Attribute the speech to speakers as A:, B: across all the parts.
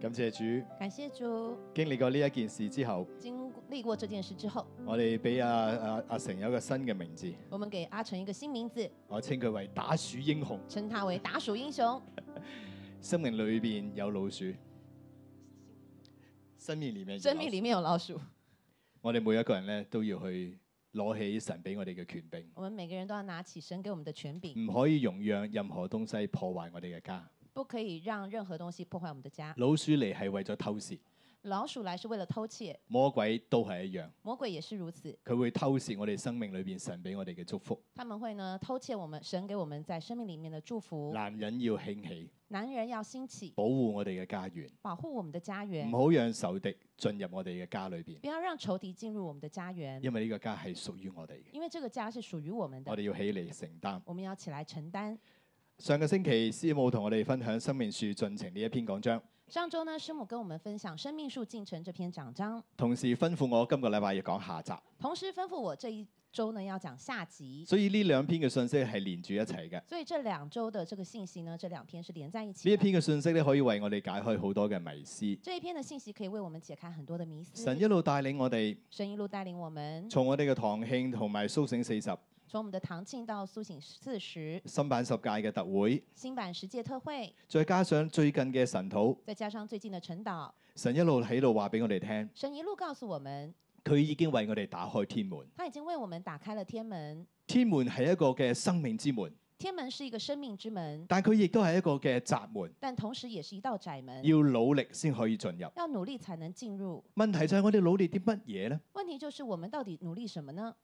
A: 感謝主，
B: 感谢主，
A: 經歷過呢一件事之後，
B: 经历过这件事之后，
A: 我哋俾阿阿阿成有一個新嘅名字，
B: 我们给阿成一个新名字，
A: 我稱佢為打鼠英雄。
B: 称他为打鼠英 雄。
A: 哎生命裏邊有老鼠，生命裡面有
B: 生
A: 老
B: 命
A: 鼠
B: 里面有老鼠，
A: 我哋每一個人咧都要去攞起神俾我哋嘅權柄，
B: 我们每个人都要拿起神给我们的权柄，
A: 唔可以容讓任何東西破壞我哋嘅家。
B: 不可以让任何东西破坏我们的家。
A: 老鼠嚟係為咗偷竊，
B: 老鼠来是为了偷窃，
A: 魔鬼都係一樣，
B: 魔鬼也是如此，
A: 佢會偷竊我哋生命裏邊神俾我哋嘅祝福。
B: 他们会呢偷窃我们神给我们在生命里面的祝福。
A: 男人要興起，
B: 男人要兴起，
A: 保護我哋嘅家園，
B: 保护我们的家
A: 唔
B: 园，
A: 好讓仇敵進入我哋嘅家裏邊，
B: 不要讓仇敌进入我们的家园，
A: 因為呢個家係屬於我哋嘅，
B: 因为这个家是属于我们
A: 我
B: 的，
A: 哋要起嚟承擔。
B: 我们要起来承担。
A: 上個星期師母同我哋分享《生命樹進程》呢一篇講章，
B: 上周呢，师母跟我们分享《生命树进程》这篇讲章，
A: 同時吩咐我今個禮拜要講下集。
B: 同时吩咐我这一周呢要讲下集，
A: 所以呢兩篇嘅信息係連住一齊嘅。
B: 所以这两周的这个信息呢，這兩篇是連在一
A: 呢
B: 起
A: 一
B: 的。
A: 篇嘅信息咧，可以為我哋解開好多嘅迷思。
B: 这一篇的信息可以為我們解開很多的迷思。
A: 神一路帶領我哋，
B: 神一路帶領我們，
A: 從我哋嘅堂慶同埋蘇醒四十、
B: 從我們的堂慶到苏醒四十、
A: 新版十屆嘅特會，
B: 新版十屆特會，
A: 再加上最近嘅神土，
B: 再加上最近的晨祷，
A: 神一路喺度話俾我哋聽，
B: 神一路告訴我們，
A: 佢已經為我哋打開天門。
B: 他已經為我們打開了天門。
A: 天門係一個嘅生命之門，
B: 天門是一個生命之門，
A: 但佢亦都係一個嘅窄門，
B: 但同時也是一道窄門，
A: 要努力先可以進入。
B: 要努力才能進入。
A: 問題就係我哋努力啲乜嘢呢？
B: 問題就是我們到底努力什麼呢？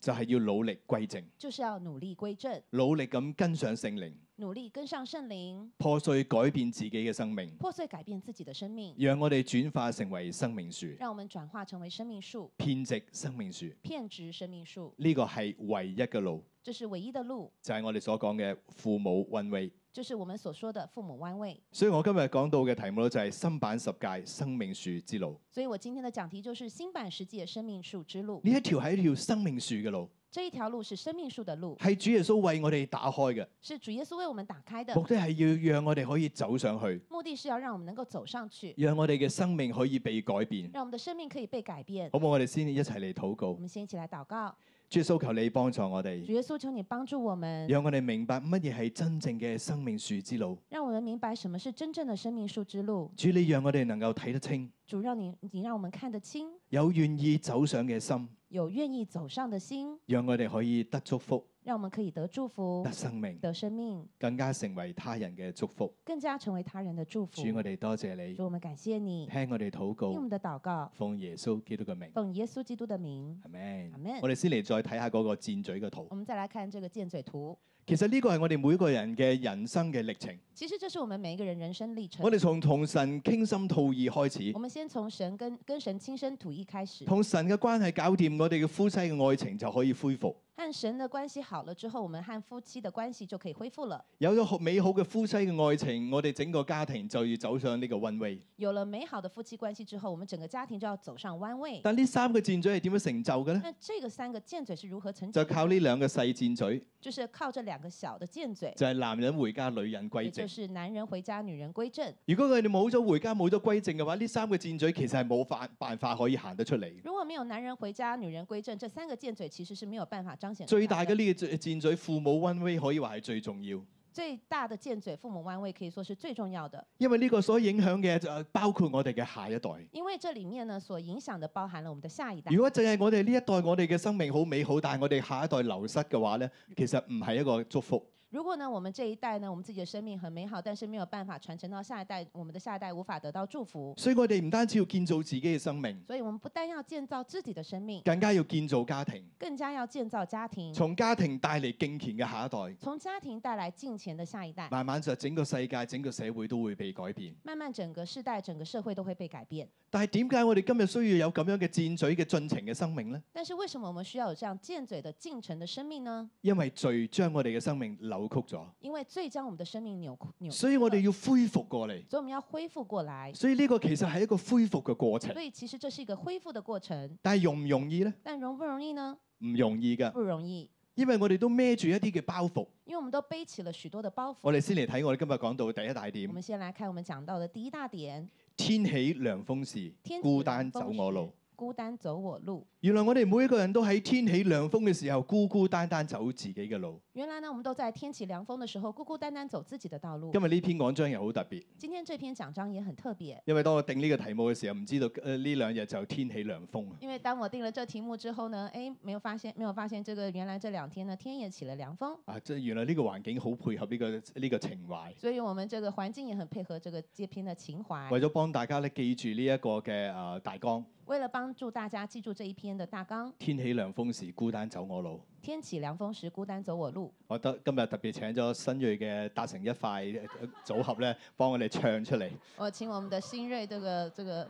A: 就係、要努力歸正，
B: 就是要努力歸正，
A: 努力咁跟上聖靈，
B: 努力跟上聖靈，
A: 破碎改變自己嘅生命。
B: 破碎改變自己的生命，
A: 讓我哋轉化成為生命樹，
B: 讓我們轉化成為生命樹，
A: 遍植生命樹。
B: 遍植生命樹。
A: 呢、個係唯一嘅路，
B: 这是唯一的路，
A: 就係我哋所講嘅父母運位。
B: 就是我們所說的父母彎位。
A: 所以我今日講到嘅題目咧就係新版十戒生命樹之路。
B: 所以我今天的講題就是新版世界生命樹之路。
A: 呢一條係一條生命樹嘅路，
B: 这一條路是生命樹的路，
A: 係主耶穌為我哋打開嘅，
B: 是主耶穌為我們打開的，
A: 目的係要讓我哋可以走上去，
B: 目的是要讓我們能夠走上去，
A: 讓我哋嘅生命可以被改變。
B: 讓我們的生命可以被改變。
A: 好唔好？我哋先一齊嚟禱告
B: 我。們先一起來禱告，
A: 主耶穌，求你幫助我
B: 主
A: 哋，
B: 耶穌，求你幫助我們，
A: 讓我哋明白乜嘢係真正嘅生命樹之路。
B: 讓我們明白什麼是真正的生命樹之路。
A: 主，你讓我哋能夠睇得清，
B: 主，讓你你讓我們看得清，
A: 有願意走上嘅心，
B: 有願意走上的心，
A: 讓我哋可以得祝福、
B: 讓我們可以得祝福
A: 得，生命。
B: 得生命，
A: 更加成為他人嘅祝福。
B: 更加成為他人的祝福
A: 主。，我哋多謝你，
B: 主，我們感謝你，
A: 聽我哋禱
B: 聽我
A: 告
B: 們，的禱告，
A: 奉耶穌基督嘅名，
B: 奉耶穌基督的名。
A: 阿門。
B: Amen
A: 我哋先嚟再睇下嗰個箭嘴嘅圖
B: 我。们再来看这个箭嘴图，
A: 其實呢個係我哋每個人嘅人生嘅歷程。
B: 其实这是我们每一个人人生历程
A: 我。哋從同神傾心吐意開
B: 我
A: 始，
B: 们先从神跟跟神亲身吐意开始，
A: 同神嘅關係搞掂，我哋嘅夫妻嘅愛情就可以恢復。
B: 和神的关系好了之后，我们和夫妻的关系就可以恢复了。
A: 有咗好美好嘅夫妻嘅愛情，我哋整個家庭就要走上呢個 one way。
B: 有了美好的夫妻关系之后，我们整个家庭就要走上弯位。
A: 但呢三個箭嘴係點樣成就嘅呢？
B: 那这个三个箭嘴是如何成就
A: 就
B: 的呢？
A: 靠呢兩個細箭嘴，
B: 就是靠这两个小的箭嘴，
A: 就係、男人回家，女人
B: 也
A: 歸正
B: 就。是男人回家，女人归正。
A: 如果佢哋冇咗回家冇咗歸正嘅話，呢三個箭嘴其實係冇法辦法可以行得出嚟。
B: 如果没有男人回家，女人归正，这三个箭嘴其实是没有办法彰显出
A: 最
B: 来
A: 大嘅呢個箭嘴，父母温威可以話係最重要，
B: 最大的箭嘴，父母弯位可以说是最重要的，
A: 因為呢個所影響嘅就係包括我哋嘅下一代。
B: 因为这里面呢所影响的包含了我们的下一代
A: 如。果淨係我哋呢一代，我哋嘅生命好美好，但係我哋下一代流失嘅話呢，其實唔係一個祝福。
B: 如果呢，我们这一代呢，我们自己的生命很美好，但是没有办法传承到下一代，我们的下一代无法得到祝福，
A: 所以我哋唔單止要建造自己嘅生命，
B: 所以我们不单要建造自己的生命，
A: 更加要建造家庭，
B: 更加要建造家庭，
A: 從家庭帶嚟敬虔嘅下一代，
B: 从家庭带来敬虔的下一代，
A: 慢慢就整個世界、整個社會都會被改變。
B: 慢慢整个世代、整个社会都会被改变。
A: 但係點解我哋今日需要有咁樣嘅箭嘴嘅進程嘅生命呢？
B: 但是为什么我们需要有这样见嘴的进程的生命呢？
A: 因為罪將我哋嘅生命扭曲咗，
B: 因为罪将我们的生命扭扭，所
A: 所以我哋要恢復過嚟。
B: 以我们要恢复过来。
A: 所以呢個其實係一個恢復嘅過程
B: 所，以其实这是一个恢复的过程，
A: 但係容唔容易呢？
B: 但容不容易呢？
A: 唔容易㗎，
B: 不容易，
A: 因為我哋都孭住一啲嘅包袱。
B: 因为我们都背起了许多的包袱。
A: 我哋先嚟睇我哋今日講到第一大
B: 我
A: 點，
B: 们先来看我们讲到的第一大点，
A: 天起涼風
B: 天
A: 時，
B: 氣
A: 孤單走我路。，
B: 孤單走我路。
A: 原來我哋每一個人都喺天起涼風嘅時候，孤孤單單走自己嘅路。
B: 原來呢，我们都在天起涼風的時候，孤孤單單走自己的道路。
A: 今日呢篇講章又好特別，
B: 今天這篇講章也很特別，
A: 因為當我定呢個題目嘅時候，唔知道呃呢兩日就天起涼風。啊
B: 因為當我定了這題目之後呢，哎，沒有發現，沒有發現這個原來這兩天呢，天也起了涼風，
A: 啊！即係原來呢個環境好配合呢、個呢、個情懷，
B: 所以我們這個環境也很配合這個這篇的情懷。
A: 為咗幫大家咧記住呢一個嘅啊大綱，
B: 為了幫助大家記住這一篇的大綱，
A: 天起涼風時，孤單走我路。
B: 天起涼風時，孤單走我路。
A: 我覺得今日特別請咗新锐嘅達成一塊呃組合咧，幫我哋唱出嚟。
B: 我請呃我們的新锐這個這個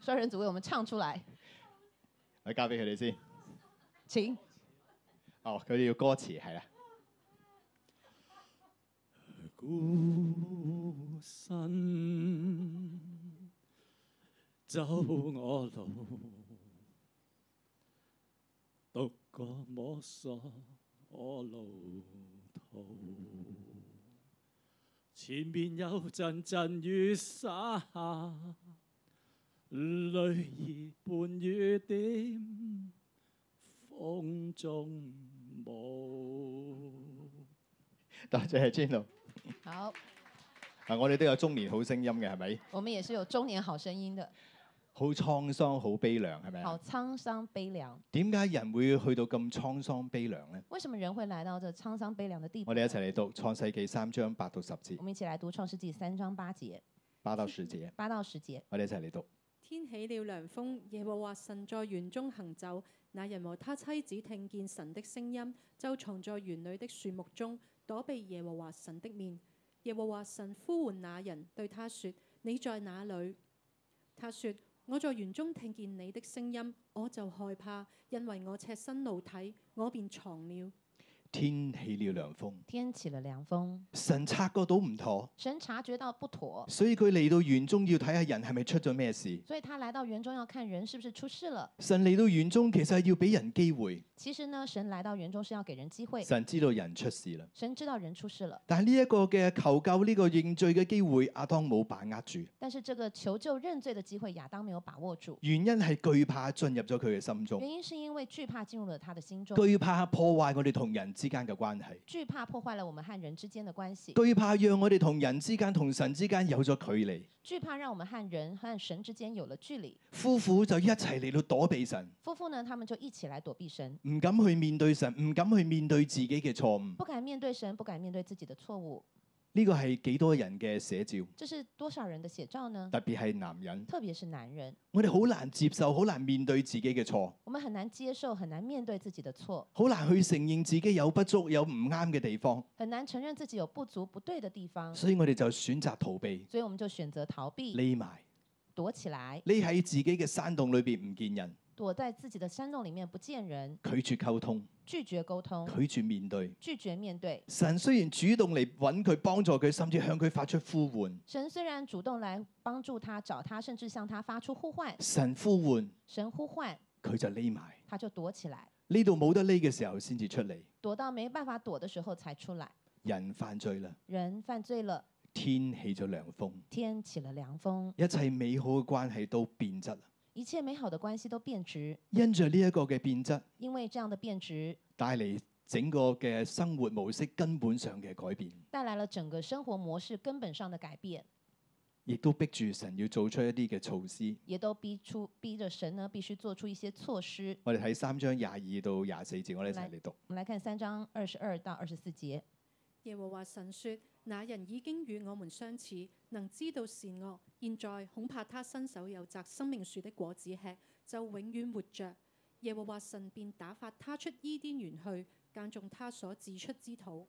B: 雙人組為我們唱出來，
A: 我交俾佢哋先。
B: 請。
A: 哦，佢哋要歌詞係啦。
C: 孤身走我路，獨個摸索我路途。前面有陣陣雨灑下，淚兒伴雨點，風中舞。
A: 多謝 Gino。
B: 好，
A: 嗱，我哋都有中年好聲音嘅係咪？
B: 我們也是有中年好聲音的，
A: 好滄桑，好悲涼係咪啊
B: 好？滄桑悲涼。
A: 點解人會去到咁滄桑悲涼呢？
B: 為什麼人會來到這滄桑悲涼的地步？
A: 我哋一齊嚟讀創世紀三章八到十節
B: 我，们一起來讀《創世紀》三章八節、
A: 八到十節，
B: 八到十節。
A: 我哋一齊嚟讀。
D: 天起了涼風，耶和華神在園中行走。那人和他妻子聽見神的聲音，就藏在園裏的樹木中，躲避耶和華神的面。耶和華神呼喚那人，對他說：你在哪裏？他說：我在園中聽見你的聲音，我就害怕，因為我赤身露體，我便藏了。
A: 天起了涼風，
B: 天起了涼風，
A: 神察覺到唔妥，
B: 神察覺到不妥，
A: 所以佢嚟到園中要睇下人係咪出咗咩事。
B: 所以他來到園中要看人是不是出事了。
A: 神嚟到園中其實係要俾人機會，
B: 其實呢，神來到園中是要給人機會，
A: 神知道人出事啦。
B: 神知道人出事了，
A: 但係呢一個嘅求救呢個認罪嘅機會，亞當冇把握住，
B: 但是這個求救認罪的機會，亞當沒有把握住。
A: 原因係懼怕進入咗佢嘅心中
B: 原，因是因為懼怕進入了他的心中，
A: 懼怕破壞我哋同人之間嘅關係，
B: 懼怕破壞了我們和人之間的關係，
A: 懼怕讓我哋同人之間、同神之間有咗距離。
B: 懼怕讓我們和人和神之間有了距離。
A: 夫婦就一齊嚟到躲避神，
B: 夫婦呢，他們就一起來躲避神，
A: 唔敢去面對神，唔敢去面對自己嘅錯誤。
B: 不敢面對神，不敢面對自己的錯誤。
A: 呢個係幾多人嘅寫照，
B: 这是多少人的寫照呢？
A: 特別係男人，
B: 特別是男人，
A: 我哋好難接受，好難面對自己嘅錯。
B: 我們很難接受，很難面對自己的錯，
A: 好難去承認自己有不足、有唔啱嘅地方，
B: 很難承認自己有不足、不對的地方，
A: 所以我哋就選擇逃避、
B: 所以我們就選擇逃避、
A: 匿埋，
B: 躲起來，
A: 匿喺自己嘅山洞裏邊唔見人，
B: 躲在自己的山洞裡面不見人，
A: 拒絕溝通，
B: 拒絕溝通，
A: 拒絕面對。
B: 拒絕面對。
A: 神雖然主動嚟揾佢幫助佢，甚至向佢發出呼喚，
B: 神雖然主動來幫助他、找他，甚至向他發出呼喚，
A: 神呼喚
B: 神呼喚
A: 佢就匿埋，
B: 他就躲起來，
A: 呢度冇得匿嘅時候先至出嚟。
B: 躲到沒辦法躲的時候才出來。
A: 人犯罪啦，
B: 人犯罪了，
A: 天起咗涼風，
B: 天起了涼風，
A: 一切美好嘅關係都變質啦。
B: 一切美好的關係都變質，
A: 因着呢一個嘅變質，
B: 因為這樣的變質
A: 帶嚟整個嘅生活模式根本上嘅改變。
B: 帶來了整個生活模式根本上的改變，
A: 亦都逼住神要做出一啲嘅措施。
B: 也都逼出逼着神呢必須做出一些措施。
A: 我哋睇三章廿二到廿四節，我哋一齊嚟讀。
B: 我們來看三章二十二到二十四節。
D: 耶和華神說：那人已經與我們相似，能知道善惡。現在恐怕他伸手又摘生命樹的果子吃，就永遠活着。耶和華神便打發他出伊甸園去，間中他所自出之土。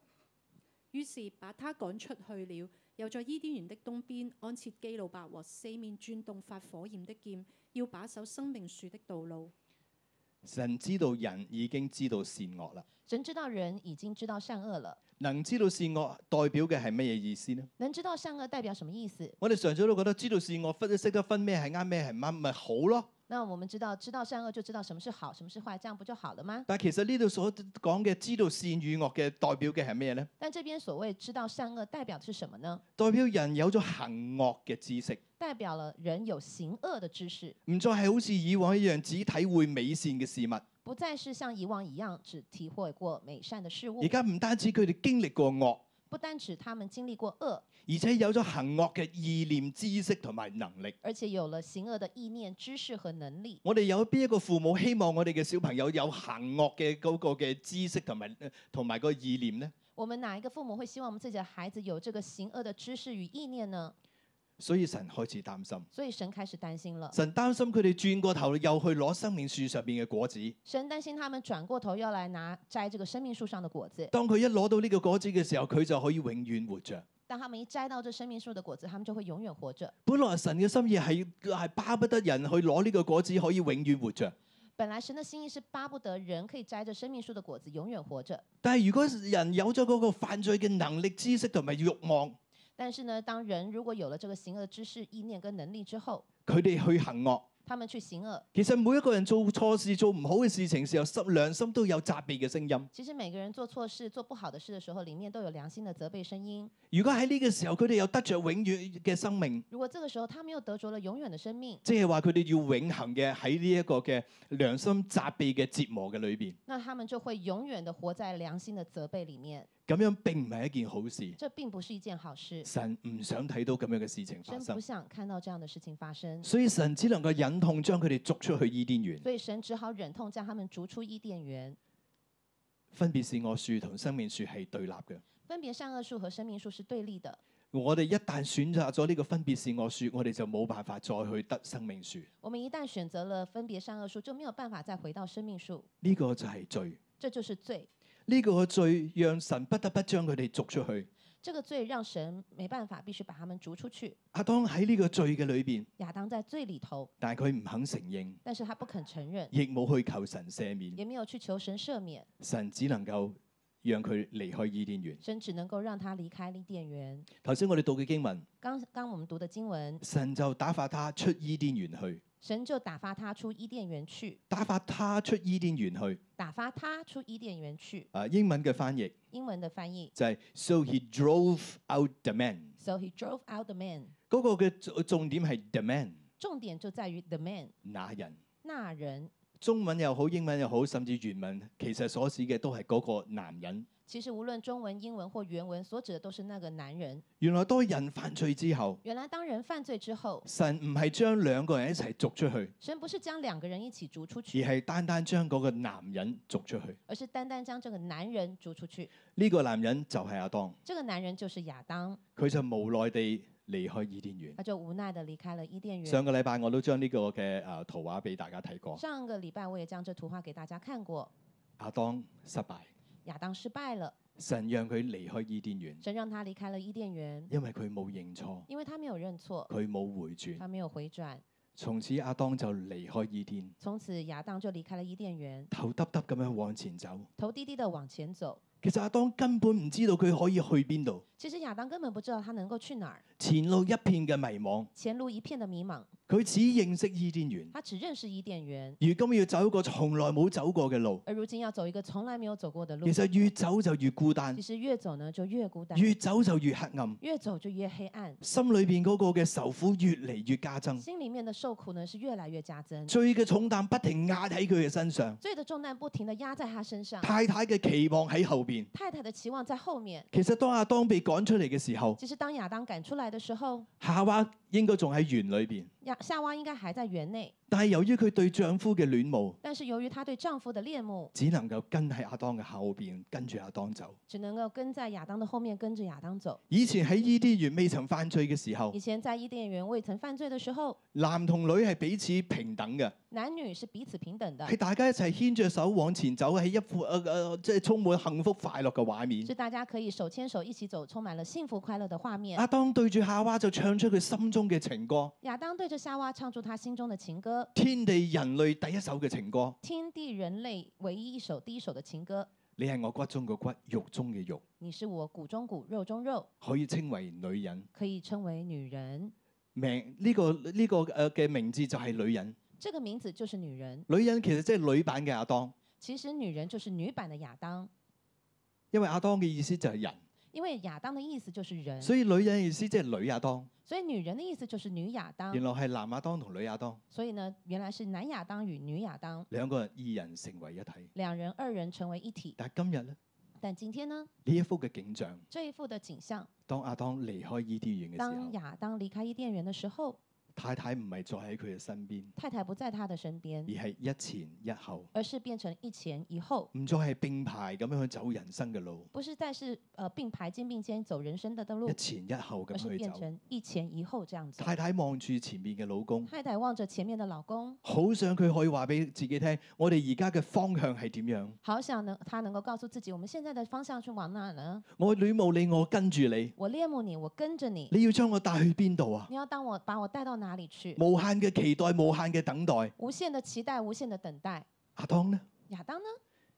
D: 於是把他趕出去了。又在伊甸園的東邊安設基路伯和四面轉動發火焰的劍，要把守生命樹的道路。
A: 神知道人已經知道善惡啦，
B: 神知道人已經知道善惡了，
A: 能知道善惡代表嘅係乜嘢意思呢？
B: 能知道善惡代表什麼意思？
A: 我哋常常都覺得知道善惡分識得分咩係啱咩係唔啱，咪好咯。
B: 那我們知道知道善惡就知道什麼是好，什麼是壞，這樣不就好了嗎？
A: 但其實呢度所講嘅知道善與惡嘅代表嘅係咩呢？
B: 但這邊所謂知道善惡代表的是什麼呢？
A: 代表人有咗行惡嘅知識，
B: 代表了人有行恶的知识，
A: 唔再係好似以往一樣只體會美善嘅事物。
B: 不再是像以往一样只体会过美善的事物
A: 而。家唔單止佢哋經歷過惡，
B: 不单指他们经历过恶，
A: 而且有咗行惡嘅意念、知識同埋能力。
B: 而且有了行恶的意念、知识和能力。
A: 我哋有邊一個父母希望我哋嘅小朋友有行惡嘅嗰個嘅知識同埋呃同埋個意念呢？
B: 我们哪一个父母会希望我们自己的孩子有这个行恶的知识与意念呢？
A: 所以神開始擔心，
B: 所以神开始担心了，
A: 神擔心佢哋轉過頭又去攞生命樹上邊嘅果子。
B: 神担心他们转过头要来拿摘这个生命树上的果子。
A: 當佢一攞到呢個果子嘅時候，佢就可以永遠活着。
B: 当他们一摘到这生命树的果子，他们就会永远活着。
A: 本來神嘅心意係係巴不得人去攞呢個果子可以永遠活着，
B: 本来神的心意是巴不得人可以摘着生命树的果子永远活着，
A: 但係如果人有咗嗰個犯罪嘅能力、知識同埋慾望，
B: 但是呢，当人如果有了这个行恶的知识、意念跟能力之后，
A: 佢哋去行惡。
B: 他们去行恶。
A: 其實每一個人做錯事、做唔好嘅事情時候，心良心都有責備嘅聲音。
B: 其实每个人做错事、做不好的事的时候，里面都有良心的责备声音。
A: 如果喺呢個時候佢哋又得着永遠嘅生命，
B: 如果这個時候他们又得着了永遠的生命，
A: 即係話佢哋要永恆嘅喺呢一個嘅良心責備嘅折磨嘅裏邊，
B: 那他們就會永遠的活在良心的責備裡面。
A: 咁樣並唔係一件好事。
B: 這並不是一件好事，
A: 神唔想睇到咁樣嘅事情發
B: 神
A: 生，
B: 不想看到這樣的事情發生，
A: 所以神只能夠忍痛將佢哋逐出去伊甸園。
B: 所以神只好忍痛將他們逐出伊甸園。
A: 分別是我樹同生命樹係對立嘅。
B: 分別善惡樹和生命樹是對立的。
A: 我哋一旦選擇咗呢個分別是我樹，我哋就冇辦法再去得生命樹。
B: 我們一旦選擇了分別善惡樹，就沒有辦法再回到生命樹，
A: 呢、個就係罪。
B: 這就是罪。
A: 呢、個罪讓神不得不將佢哋逐出去。
B: 這個罪讓神沒辦法，必須把他們逐出去。
A: 阿當喺呢個罪嘅裏邊，
B: 亞當在罪裡頭，
A: 但係佢唔肯承認，
B: 但是他不肯承認，
A: 亦冇去求神赦免。
B: 也沒有去求神赦免，
A: 神只能夠讓佢離開伊甸園。
B: 神只能夠讓他離開伊甸園。
A: 頭先我哋讀嘅經文，
B: 剛剛我們讀的經文，
A: 神就打發他出伊甸園去，
B: 神就打發他出伊甸園去，
A: 打發他出伊甸園去。
B: 打發他出伊甸園去。
A: 啊，英文嘅翻譯
B: 英文的翻译
A: 就係、So he drove out the man。
B: ，So he drove out the man。
A: 嗰個嘅重重點係 the man
B: 重點就在於 the man
A: 那人。
B: 那人。
A: 中文又好，英文又好，甚至原文，其實所指嘅都係嗰個男人。
B: 其實無論中文、英文或原文，所指的都是那個男人。
A: 原來當人犯罪之後，
B: 原來當人犯罪之後，
A: 神唔係將兩個人一齊逐出去，
B: 神不是將兩個人一起逐出
A: 而
B: 去，
A: 係單單將嗰個男人逐出去。
B: 而是單單將這個男人逐出去。
A: 呢、個男人就係阿當，
B: 這個男人就是亞當，
A: 佢就無奈地離開伊甸園。
B: 他就無奈的離開了伊甸園。
A: 上個禮拜我都將呢個嘅誒圖畫俾大家睇過，
B: 上個禮拜我也將這圖畫給大家看過，
A: 阿當失敗，
B: 亞當失敗了，
A: 神讓佢離開伊甸園，
B: 神讓他離開了伊甸園，
A: 因為佢冇認錯，
B: 因為他沒有認錯，
A: 佢冇回轉，
B: 他沒有回轉。
A: 從此阿當就離開伊甸，
B: 從此亞當就離開了伊甸園，
A: 頭耷耷咁樣往前走。
B: 頭低低的往前走。
A: 其實阿當根本唔知道佢可以去邊度，
B: 其實亞當根本不知道他能夠去哪兒，
A: 前路一片嘅迷茫，
B: 前路一片的迷茫，
A: 佢只認識伊甸園。
B: 他只認識伊甸園，
A: 如今要走一個從來冇走過嘅路，
B: 而如今要走一個從來沒有走過的路
A: 其。實越走就越孤單
B: 其，實越走呢就越孤單，
A: 越走就越黑暗，
B: 越走就越黑暗，
A: 心裏邊嗰個嘅仇苦越嚟越加增，
B: 心裡面的受苦呢是越來越加增，
A: 罪嘅重擔不停壓喺佢嘅身上，
B: 罪的重擔不停的壓在他身上，
A: 太太嘅期望喺後邊。
B: 太太的期望在後面。
A: 其實當阿當被趕出嚟嘅時候，
B: 其實當亞當趕出來的時候，
A: 夏娃應該仲喺園裏邊，
B: 亞夏娃應該還在園內，
A: 但係由於佢對丈夫嘅戀慕，
B: 但是由於她對丈夫的戀慕，
A: 只能夠跟喺阿當嘅後邊，跟住阿當走。
B: 只能夠跟在亞當的後面，跟着亞當走。
A: 以前喺伊甸園未曾犯罪嘅時候
B: 以，前在伊甸園未曾犯罪的時候，
A: 男同女係彼此平等嘅。
B: 男女是彼此平等的
A: 係，大家一齊牽着手往前走，係一副誒誒，即係充滿幸福快樂嘅畫面。
B: 是大家可以手牽手一起走，充滿了幸福快樂的畫面。
A: 阿當對住夏娃就唱出佢心中嘅情歌，
B: 亞當對着夏娃唱出他心中的情歌，
A: 天地人類第一首嘅情歌。
B: 天地人類唯一一首第一首的情歌。
A: 你係我骨中嘅骨，肉中嘅肉，
B: 你是我骨中骨，肉中肉，
A: 可以稱為女人。
B: 可以稱為女人。
A: 名呢、個呢、個誒嘅名字就係女人。
B: 這個名字就是女人。
A: 女人其實即係女版嘅阿當，
B: 其實女人就是女版的亞當，
A: 因為阿當嘅意思就係人，
B: 因为亚当的意思就是人，
A: 所以女人意思即係女亞當，
B: 所以女人的意思就是女亚当
A: 原。來係男亞當同女亞當
B: 所以呢，原来是男亚当与女亚当
A: 兩個人二人成為一體。
B: 两人二人成为一体。
A: 但係今日咧呢
B: 但今天呢，
A: 呢一幅嘅景象，
B: 这一幅的景象，
A: 當亞當離開伊甸園嘅時
B: 当
A: 候，
B: 亚当离开伊甸园的时候，
A: 太太唔係再喺佢嘅身邊，
B: 太太不在他的身边
A: 而，係一前一後，
B: 而是變成一前一后，
A: 唔再係並排咁樣去走人生嘅路，
B: 不是再是呃并排肩并肩走人生的路
A: 一，前一後
B: 而
A: 咁
B: 是
A: 去
B: 变
A: 走。
B: 成一前一后这样子。
A: 太太望住前面嘅老公，
B: 太太望着前面的老公，
A: 好想佢可以話俾自己聽，我哋而家嘅方向係點樣？
B: 好想能他能够告诉自己，我们现在的方向去往哪呢？
A: 我戀慕你，我跟住你，
B: 我恋慕你，我跟着你，
A: 你要將我帶去邊度啊？
B: 你要当我把我带到哪里去？
A: 無限嘅期待，無限嘅等待。
B: 无限的期待，无限的等待。
A: 阿當呢？
B: 亚当呢，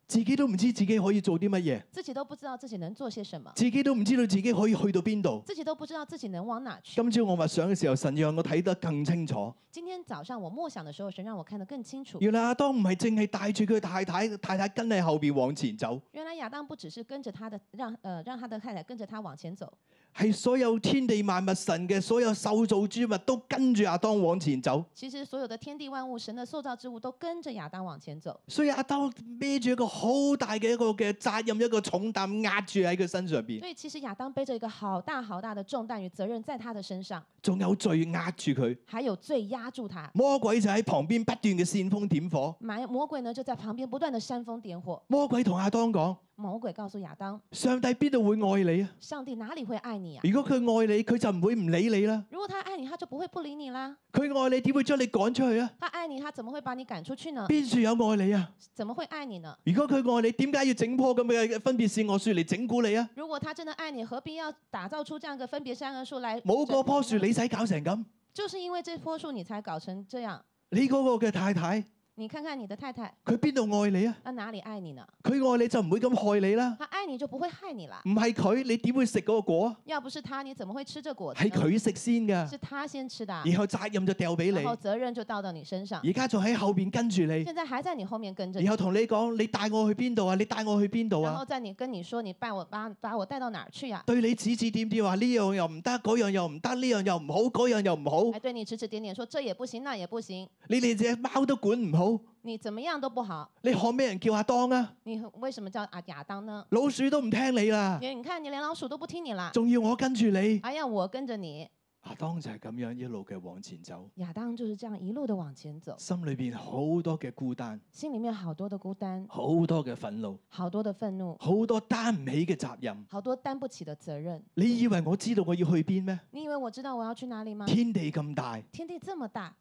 A: 自己都唔知自己可以做啲乜嘢，
B: 自己都不知道自己能做些什么，
A: 自己都唔知道自己可以去到邊度。
B: 自己都不知道自己能往哪去。
A: 今朝我默想嘅時候，神讓我睇得更清楚。
B: 今天早上我默想的时候，神让我看得更清楚。
A: 原來阿當唔係淨係帶住佢太太，太太跟喺後邊往前走，
B: 原来亚当不只是跟着他的，让呃让他的太太跟着他往前走，
A: 係所有天地萬物神嘅所有受造之物都跟住阿當往前走。
B: 其实所有的天地万物、神的塑造之物都跟着亚当往前走，
A: 所以阿當孭住一個好大嘅一個嘅責任，一個重擔壓住喺佢身上邊，
B: 所以其实亚当背着一个好大好大的重担与责任在他的身上，
A: 仲有罪壓住佢。
B: 还有罪压住他。
A: 魔鬼就喺旁邊不斷嘅煽風點火。
B: 魔魔鬼呢就在旁邊不断的煽风点火。
A: 魔鬼同阿當講：
B: 魔鬼告诉亚当，
A: 上帝邊度會愛你啊？
B: 上帝哪里会爱你啊？
A: 如果佢愛你，佢就唔會唔理你啦。
B: 如果他爱你，他就不会不理你啦。
A: 佢愛你點會將你趕出去啊？
B: 他爱你，他怎么会把你赶出去呢？
A: 邊處有愛你啊？
B: 怎么会爱你呢？
A: 如果佢愛你，點解要整棵咁嘅分別線我樹嚟整蠱你啊？
B: 如果他真的爱你，何必要打造出这样一个分别善恶树来？嗯
A: 冇嗰棵樹，，你使搞成咁？
B: 就是因为这棵树，你才搞成这样。
A: 你嗰個嘅太太，
B: 你看看你的太太，
A: 佢邊度愛你啊？
B: 她哪里爱你呢？
A: 佢愛你就唔會咁害你啦。
B: 她爱你就不会害你啦。
A: 唔係佢，你點會食嗰個果啊？
B: 要不是她，你怎么会吃这果子
A: 係
B: 呢？
A: 佢食先㗎，
B: 嗯是她先吃的啊，
A: 然後責任就掉俾
B: 然后
A: 你，
B: 责任就到到你身上，
A: 而家仲喺後邊跟住你，
B: 现在还在你后面跟着你
A: 然，後同你講：你帶我去邊度啊？你帶我去邊度
B: 然
A: 啊
B: 后？在你跟你說你把我把把我带到哪儿去啊呀、
A: 對你指指點點話呢樣又唔得，嗰樣又唔得，呢樣又唔好，嗰樣又唔
B: 还
A: 好，
B: 对你指指点点说这也不行那也不行，
A: 你哋只貓都管唔好，
B: 你怎么样都不好，
A: 你學咩人叫阿當啊？
B: 你为什么叫阿亚当呢？
A: 老鼠都唔聽你啦，
B: 你你看你连老鼠都不听你啦，
A: 仲要我跟住你。
B: 哎呀我跟着你，
A: 阿當就係咁樣一路嘅往前走，
B: 亚当就是这样一路的往前走，
A: 心裏邊好多嘅孤單，
B: 心里面好多的孤单，
A: 好多嘅憤怒，
B: 好多的愤怒，
A: 好多擔唔起嘅責任。
B: 好多担不起的责任。
A: 你以為我知道我要去邊咩？
B: 你以为我知道我要去哪里吗？
A: 天地咁大，
B: 天地这么大，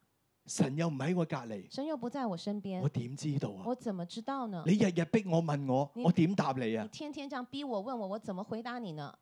A: 神又唔喺我隔離，
B: 神又不在我身边
A: 我，點知道啊？
B: 我怎么知道呢？
A: 你日日逼我問我，
B: 你
A: 我點答你
B: 你
A: 啊？
B: 天天这样逼我问我，我怎么回答你呢？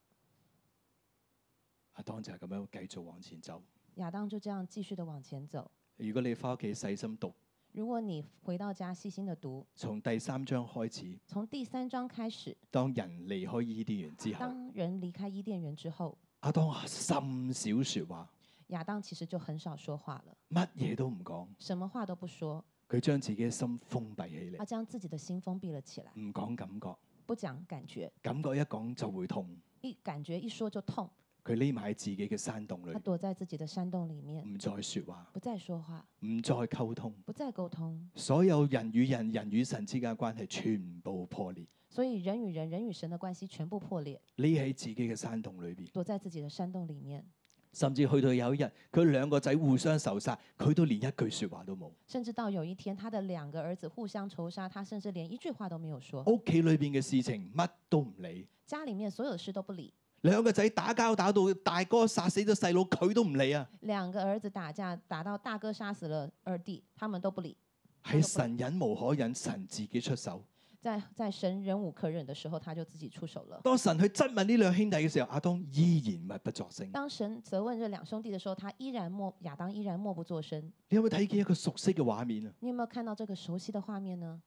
A: 阿啊當就係咁樣繼續往前走。
B: 亚当就这样继续的往前走。
A: 如果你翻屋企細心讀，
B: 如果你回到家细心的读，
A: 從第三章開始，
B: 从第三章开始，
A: 當人離開伊甸園之後，
B: 当人离开伊甸园之后，
A: 阿當啊甚少説話，
B: 亚当其实就很少说话了，
A: 乜嘢都唔講，
B: 什么话都不说，
A: 佢將自己嘅心封閉起嚟
B: 他，将自己的心封闭了起来，
A: 唔講感覺，
B: 不讲感觉，
A: 感覺一講就會痛。
B: 一感觉一说就痛，
A: 佢匿埋喺自己嘅山洞裏
B: 他，躲在自己的山洞里面，
A: 唔再説話，
B: 不再说话，
A: 唔再溝通。
B: 不再沟通，
A: 所有人與人、人與神之間嘅關係全部破裂，
B: 所以人与人、人与神的关系全部破裂，
A: 匿喺自己嘅山洞裏邊，
B: 躲在自己的山洞里面，
A: 甚至去到有一日，佢兩個仔互相仇殺，佢都連一句説話都冇。
B: 甚至到有一天，他的两个儿子互相仇杀，他甚至连一句话都没有说，
A: 屋企裏邊嘅事情乜都唔理，
B: 家里面所有的事都不理，
A: 兩個仔打交打到大哥殺死咗細佬，佢都唔理啊！
B: 两个儿子打架打到大哥杀死了二弟，他们都不理。
A: 係神忍無可忍，神自己出手。
B: 在在神忍无可忍的时候，他就自己出手了。
A: 當神去質問呢兩兄弟嘅時候，阿當依然默不作聲。
B: 当神责问这两兄弟的时候，他依然默亚当依然默不作声。
A: 你有冇睇見一個熟悉嘅畫面啊？
B: 你有没有看到这个熟悉的画面呢？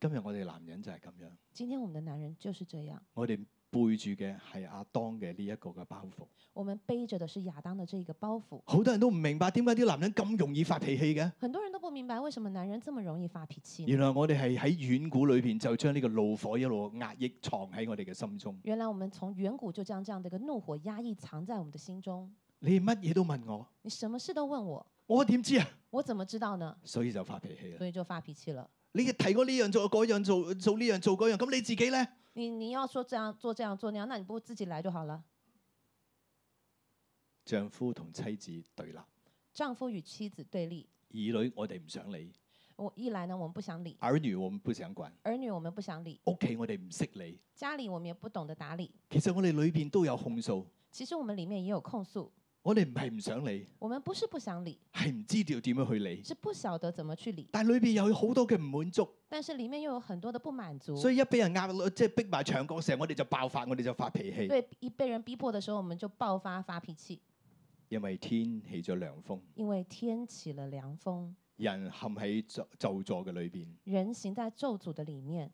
A: 今日我哋男人就係咁樣，
B: 今天我们的男人就是这样，
A: 我哋背住嘅係亞當嘅呢一個嘅包袱。
B: 我们背着的是亚当的这个包袱。
A: 好多人都唔明白點解啲男人咁容易發脾氣嘅。
B: 很多人都不明白為什麼男人這麼容易發脾氣呢。
A: 原來我哋係喺遠古裏邊就將呢個怒火一路壓抑藏喺我哋嘅心中。
B: 原來我們從遠古就將这樣的一個怒火壓抑藏在我們的心中。
A: 你乜嘢都問我，
B: 你什麼事都問我，
A: 我點知啊？
B: 我怎麼知道呢？
A: 所以就發脾氣啦。
B: 所以就發脾氣了。
A: 你提過呢樣做嗰樣做做呢樣做嗰樣，咁你自己呢？
B: 你你要說這樣做這樣做那樣，那你不如自己來就好了。
A: 丈夫同妻子對立，
B: 丈夫與妻子對立，
A: 兒女我哋唔想理，
B: 我一來呢，我們不想理；
A: 兒女我們不想管，
B: 兒女我們不想理，
A: 屋企我哋唔識理。
B: 家裡我們也不懂得打理。
A: 其實我哋裏邊都有控訴，
B: 其實我們裡面也有控訴，
A: 我哋唔係唔想理，
B: 我們不是不想理，
A: 係唔知道點樣去理，
B: 是不曉得怎麼去理，
A: 但裏邊又有好多嘅唔滿足。
B: 但是裡面又有很多的不滿足。
A: 所以一俾人壓落，即係逼埋牆角嘅時候，我哋就爆發，我哋就發脾氣。
B: 对，一被人逼迫的時候，我們就爆發發脾氣，
A: 因為天起咗涼風，
B: 因為天起了涼風，
A: 人陷喺咒咒詛嘅裏邊，
B: 人行在咒詛的裡面，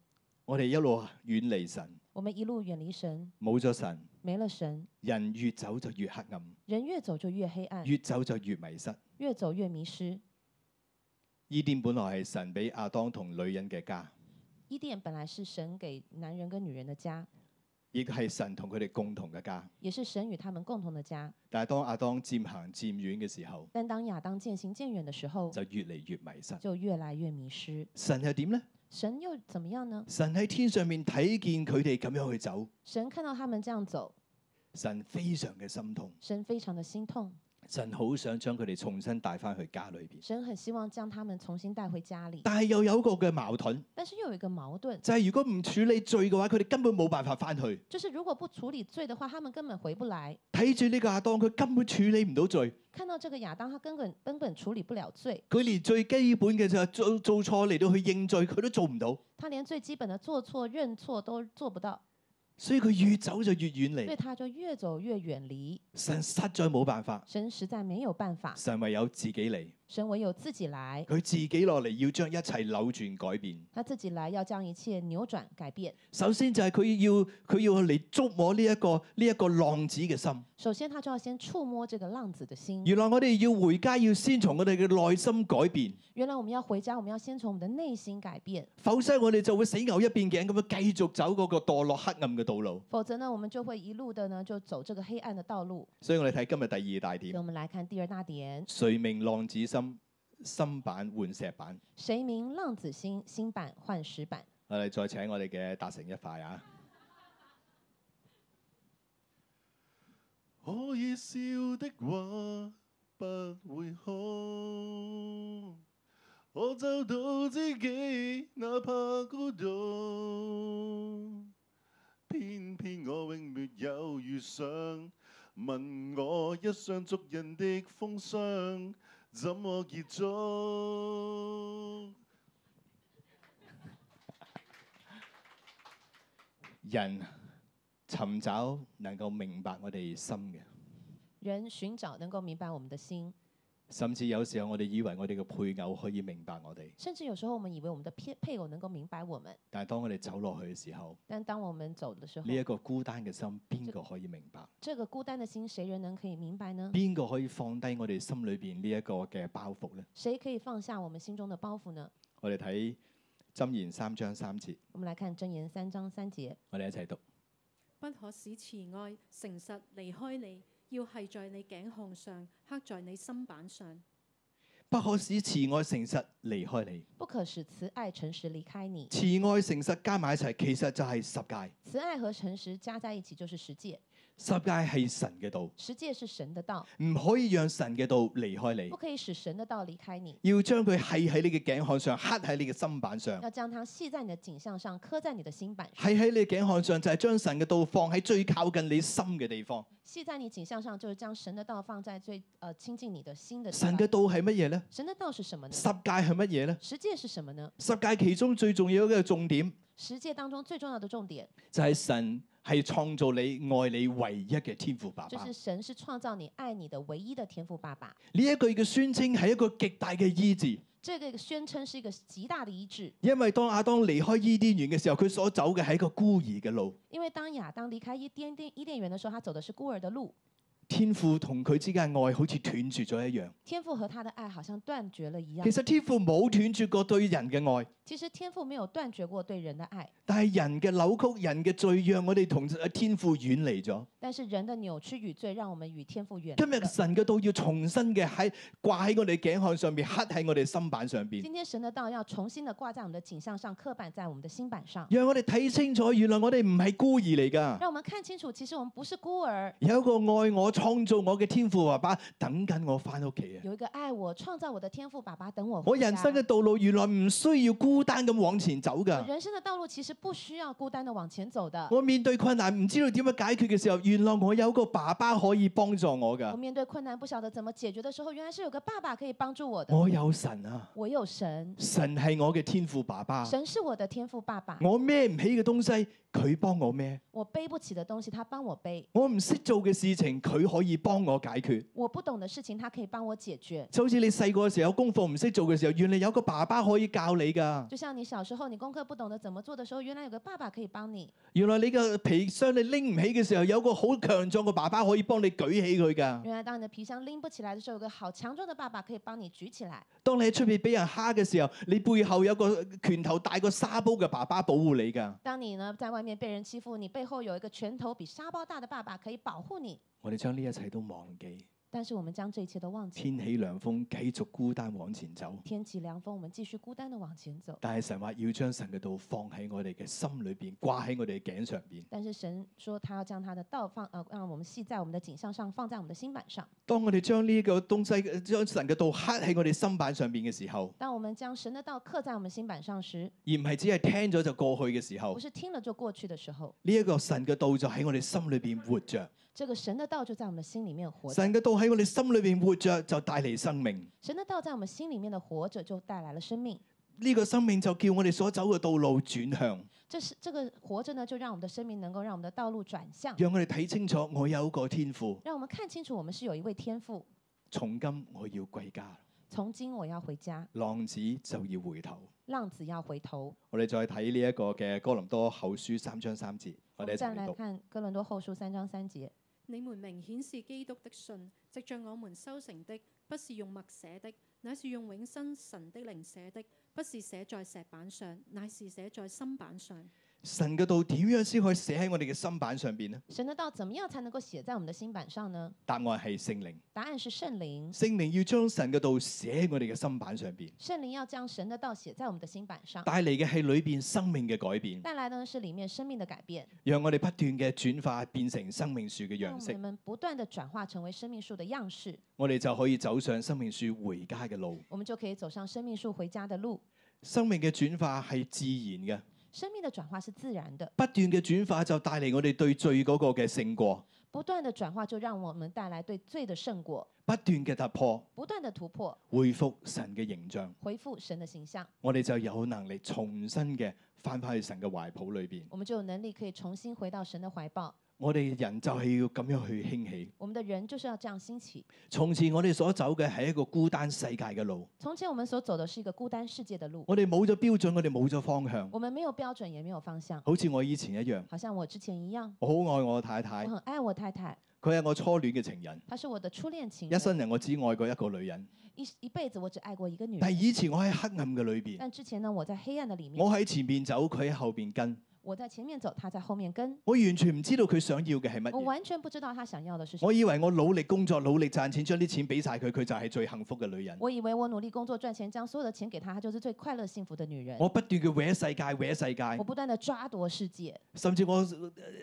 A: 我哋一路遠離神，
B: 我們一路遠離神，
A: 冇咗神，
B: 沒了神，
A: 人越走就越黑暗，
B: 人越走就越黑暗，
A: 越走就越迷失。
B: 越走越迷失。
A: 伊甸本來係神俾亞當同女人嘅家，
B: 伊甸本來是神給男人跟女人的家，
A: 亦係神同佢哋共同嘅家。
B: 也是神與他們共同的家。
A: 但係當亞當漸行漸遠嘅時候，
B: 但當亞當漸行漸遠的時候，
A: 就越嚟越迷失。
B: 就越來越迷失。
A: 神又點呢？
B: 神又怎麼樣呢？
A: 神喺天上面睇見佢哋咁樣去走，
B: 神看到他們這樣走，
A: 神非常嘅心痛，
B: 神非常的心痛，
A: 神好想將佢哋重新帶翻去家裏邊。
B: 神很希望將他們重新帶回家裡，
A: 但係又有一個嘅矛盾，
B: 但是又有一個矛盾，
A: 就係、如果唔處理罪嘅話，佢哋根本冇辦法翻去。
B: 就是如果不處理罪的話，他們根本回不來。
A: 睇住呢個亞當，佢根本處理唔到罪，
B: 看到這個亞當，他根本根本處理不了罪，
A: 佢連最基本嘅就係做做錯嚟到去認罪，佢都做唔到，
B: 他連最基本的做錯、認錯都做不到，
A: 所以佢越走就越遠
B: 所以
A: 離。
B: 他就越走越遠離
A: 神實在冇辦法，
B: 神，實在沒有辦法，
A: 神唯有自己嚟，
B: 神唯有自己來。
A: 佢自己落嚟要將一切扭轉改變。
B: 他自己來，要將一切扭轉改變。
A: 首先就係佢要佢要嚟捉摸呢、一個呢一、個浪子嘅心。
B: 首先，他就要先觸摸這個浪子的心。
A: 原來我哋要回家，要先從我哋嘅內心改變，
B: 原來我們要回家，我們要先從我們的內心改變，
A: 否則我哋就會死牛一邊頸咁樣繼續走嗰個墮落黑暗嘅道路。
B: 否則呢，我們就會一路的呢就走這個黑暗的道路。
A: 所以我哋睇今日第二大
B: 所以，
A: 點，
B: 我們來看第二大點：
A: 誰明浪子心，心板換石板。
B: 谁明浪子心，心版换石版。
A: 我哋再請我哋嘅達成一塊啊！
E: 可以笑的話不會哭，我找到知己，哪怕孤獨。偏偏我永沒有遇上，問我一雙足印的風霜，怎麼結束？
A: 人尋找能夠明白我哋心嘅，
B: 人尋找能夠明白我們的心，
A: 甚至有時候我哋以為我哋嘅配偶可以明白我哋，
B: 甚至有時候我們以為我們的配配偶能夠明白我們，
A: 但係當我哋走落去嘅時候，
B: 但當我們走的時候
A: 呢、，一個孤單嘅心，邊個可以明白？
B: 這個孤單的心，誰人能可以明白呢？
A: 邊個可以放低我哋心裏邊呢一個嘅包袱呢？
B: 谁可以放下我們心中的包袱呢？
A: 我哋睇箴言三章三節，
B: 我們來看箴言三章三節。
A: 我哋一齊讀。
D: 不可使慈愛、誠實離開你，要係在你頸項上，刻在你心板上。
A: 不可使慈愛誠實離開你。
B: 不可使慈愛、誠實離開你。
A: 慈愛誠實加埋一齊，其實就係十戒。
B: 慈愛和誠實加在一起就是十戒，
A: 十戒係神嘅道，
B: 十戒是神的道，
A: 唔可以讓神嘅道離開
B: 不
A: 你，
B: 可以使神的道離開你，
A: 要將佢係喺你嘅頸項上，刻喺你嘅心板上，
B: 要将它系在你的颈项上，刻在你的心板上。
A: 係喺你嘅頸項上就係將神嘅道放喺最靠近你心嘅地方。
B: 系在你颈项上，就是将神的道放在最呃亲近你的心的地
A: 神
B: 方
A: 嘅道係乜嘢呢？
B: 神的道是什么呢
A: 十？戒係乜嘢呢？
B: 十戒是什麼呢？
A: 十戒其中最重要嘅重點
B: 十戒當中最重要的重點，
A: 就係神係創造你、愛你唯一嘅天父爸
B: 就
A: 爸。
B: 是
A: 呢
B: 神是創造你、愛你的唯一的天父爸爸。
A: 一句嘅宣稱係一個極大嘅醫治，
B: 這这个宣称是一个极大的医治，
A: 因為當亞當離開伊甸園嘅時候，佢所走嘅係一個孤兒嘅路。
B: 因为当亚当离开伊甸甸伊甸园的时候，他走的是孤儿的路，
A: 天父同佢之間嘅愛好似斷絕咗一樣。
B: 天父和他的爱好像断绝了一样
A: 其。實天父冇斷絕過對人嘅愛，
B: 其实天父没有断绝过对人的爱，
A: 但係人嘅扭曲、人嘅罪，讓我哋同天父遠離咗。
B: 但是人的扭曲与罪让我们与天父远
A: 今日
B: 离了。
A: 神嘅道要重新嘅喺掛喺我哋頸項上面，刻喺我哋心板上邊，
B: 今天神的道要重新的挂在我们的颈项上，刻板在我们的心板上，
A: 讓我哋睇清楚，原來我哋唔係孤兒嚟㗎。
B: 让我们看清楚，其实我们不是孤儿，
A: 有一個愛我、創造我嘅天父爸爸等緊我翻屋企啊！
B: 有一个爱我、创造我的天父爸爸等我
A: 我
B: 回家。
A: 人生嘅道路原來唔需要孤單咁往前走
B: 我
A: 㗎。
B: 人生的道路其实不需要孤单的往前走的。
A: 我面對困難唔知道點樣解決嘅時候，原來我有個爸爸可以幫助我
B: 我
A: 㗎。
B: 面对困难不晓得怎么解决的时候，原来是有个爸爸可以帮助我的。
A: 我有神啊！
B: 我有神，
A: 神係我嘅天父爸爸。
B: 神是我的天父爸爸。
A: 我孭唔起嘅東西，佢幫我孭；
B: 我背不起的东西，他帮我背；
A: 我唔識做嘅事情，佢可以幫我解決。
B: 我不懂的事情，他可以帮我解决。
A: 就好似你細個嘅時候功課唔識做嘅時候，原來有個爸爸可以教你㗎。
B: 就像你小时候，你功课不懂得怎么做的时候，原来有个爸爸可以帮你；
A: 原來你嘅皮箱你拎唔起嘅時候，有個好強壯嘅爸爸可以幫你舉起佢㗎。
B: 原来当你的皮箱拎不起来的时候，有个好强壮的爸爸可以帮你举起來。
A: 當你喺出面俾人蝦嘅時候，你背後有個拳頭大過沙煲嘅爸爸保護你㗎。
B: 当你呢在外面被人欺负，你背后有一个拳头比沙包大的爸爸可以保护你。
A: 我哋將呢一切都忘記，
B: 但是我们将这一切都忘记，
A: 天起涼風，繼續孤單往前走。
B: 天起凉风，我们继续孤单的往前走。
A: 但係神話要將神嘅道放喺我哋嘅心裏邊，掛喺我哋嘅頸上邊。
B: 但是神说他要将他的道放呃，让我们系在我们的颈项上，放在我们的心板上。
A: 當我哋將呢個東西，將神嘅道刻喺我哋心板上邊嘅時候，
B: 当我们将神的道刻在我们心板上时，
A: 而唔係只係聽咗就過去嘅時候
B: 不，是听了就过去的时候，
A: 呢、一個神嘅道就喺我哋心裏邊活着。
B: 这个神的道就在我们的心里面活着。
A: 神嘅道喺我哋心裏邊活着，就帶嚟生命。
B: 神的道在我们心里面的活着，就带来了生命。
A: 呢、個生命就叫我哋所走嘅道路轉向。
B: 这是这个活着呢，就让我们的生命能够让我们的道路转向，
A: 讓我哋睇清楚，我有一個天賦，
B: 让我们看清楚我们是有一位天父。
A: 從今我要歸家，
B: 从今我要回家，
A: 浪子就要回頭。
B: 浪子要回头。
A: 我哋再睇呢一個嘅哥林多後書三章三節，我哋一
B: 再
A: 齊嚟
B: 来
A: 讀。
B: 看《哥伦多后书》三章三节，
D: 你們明顯是基督的信，藉着我們修成的，不是用墨寫的，乃是用永生神的靈寫的；不是寫在石板上，乃是寫在心板上。
A: 神嘅道點樣先可以寫喺我哋嘅心板上邊呢？
B: 神的道怎么样才能够写在我们的心板上呢？
A: 答案係聖靈，
B: 答案是圣灵，
A: 聖靈要將神嘅道寫喺我哋嘅心板上邊，
B: 圣灵要将神的道写在我们的心板上，
A: 帶嚟嘅係裏邊生命嘅改變，
B: 带来的呢是里面生命的改變，
A: 讓我哋不斷嘅轉化變成生命樹嘅樣
B: 让我
A: 式，
B: 们不断的转化成为生命树的样式，
A: 我哋就可以走上生命樹回家嘅路。
B: 我们就可以走上生命树回家的路。
A: 生命嘅轉化係自然嘅。
B: 生命的转化是自然的，
A: 不斷嘅轉化就帶嚟我哋對罪嗰個嘅勝過，
B: 不断的转化就讓我们带来对罪的胜果，
A: 不斷嘅突破，
B: 不断的突破，
A: 恢復神嘅形象，
B: 恢复神的形象，
A: 我哋就有能力重新嘅翻返去神嘅懷抱裏邊。
B: 我们就有能力可以重新回到神的怀抱。
A: 我哋人就係要咁樣去興起。
B: 我们的人就是要这样兴起。
A: 從前我哋所走嘅係一個孤單世界嘅路，
B: 从前我们所走的是一个孤单世界的路，
A: 我哋冇咗標準，我哋冇咗方向。
B: 我们没有标准，也没有方向，
A: 好似我以前一樣，
B: 好像我之前一样。
A: 我好愛我太
B: 我
A: 太，
B: 很爱我太太，
A: 佢係我初戀嘅情人，
B: 她是我的初恋情
A: 一
B: 人，
A: 生人我只愛過一個女人。
B: 一一辈子我只爱过一个女
A: 但
B: 人。
A: 係以前我喺黑暗嘅裏邊，
B: 但之前呢，我在黑暗的里面，
A: 我喺前面走，佢喺後邊跟，
B: 我在前面走，她在后面跟，
A: 我完全唔知道佢想要嘅係乜
B: 我
A: 嘢。
B: 完全不知道她想要的是什么。
A: 我以為我努力工作、努力賺錢，將啲錢俾晒佢，佢就係最幸福嘅女人。
B: 我以为我努力工作赚钱，将所有的钱给她，她就是最快乐幸福的女人。
A: 我不斷嘅搲世界、搲世
B: 我
A: 界，
B: 不断的抓夺世界，
A: 甚至我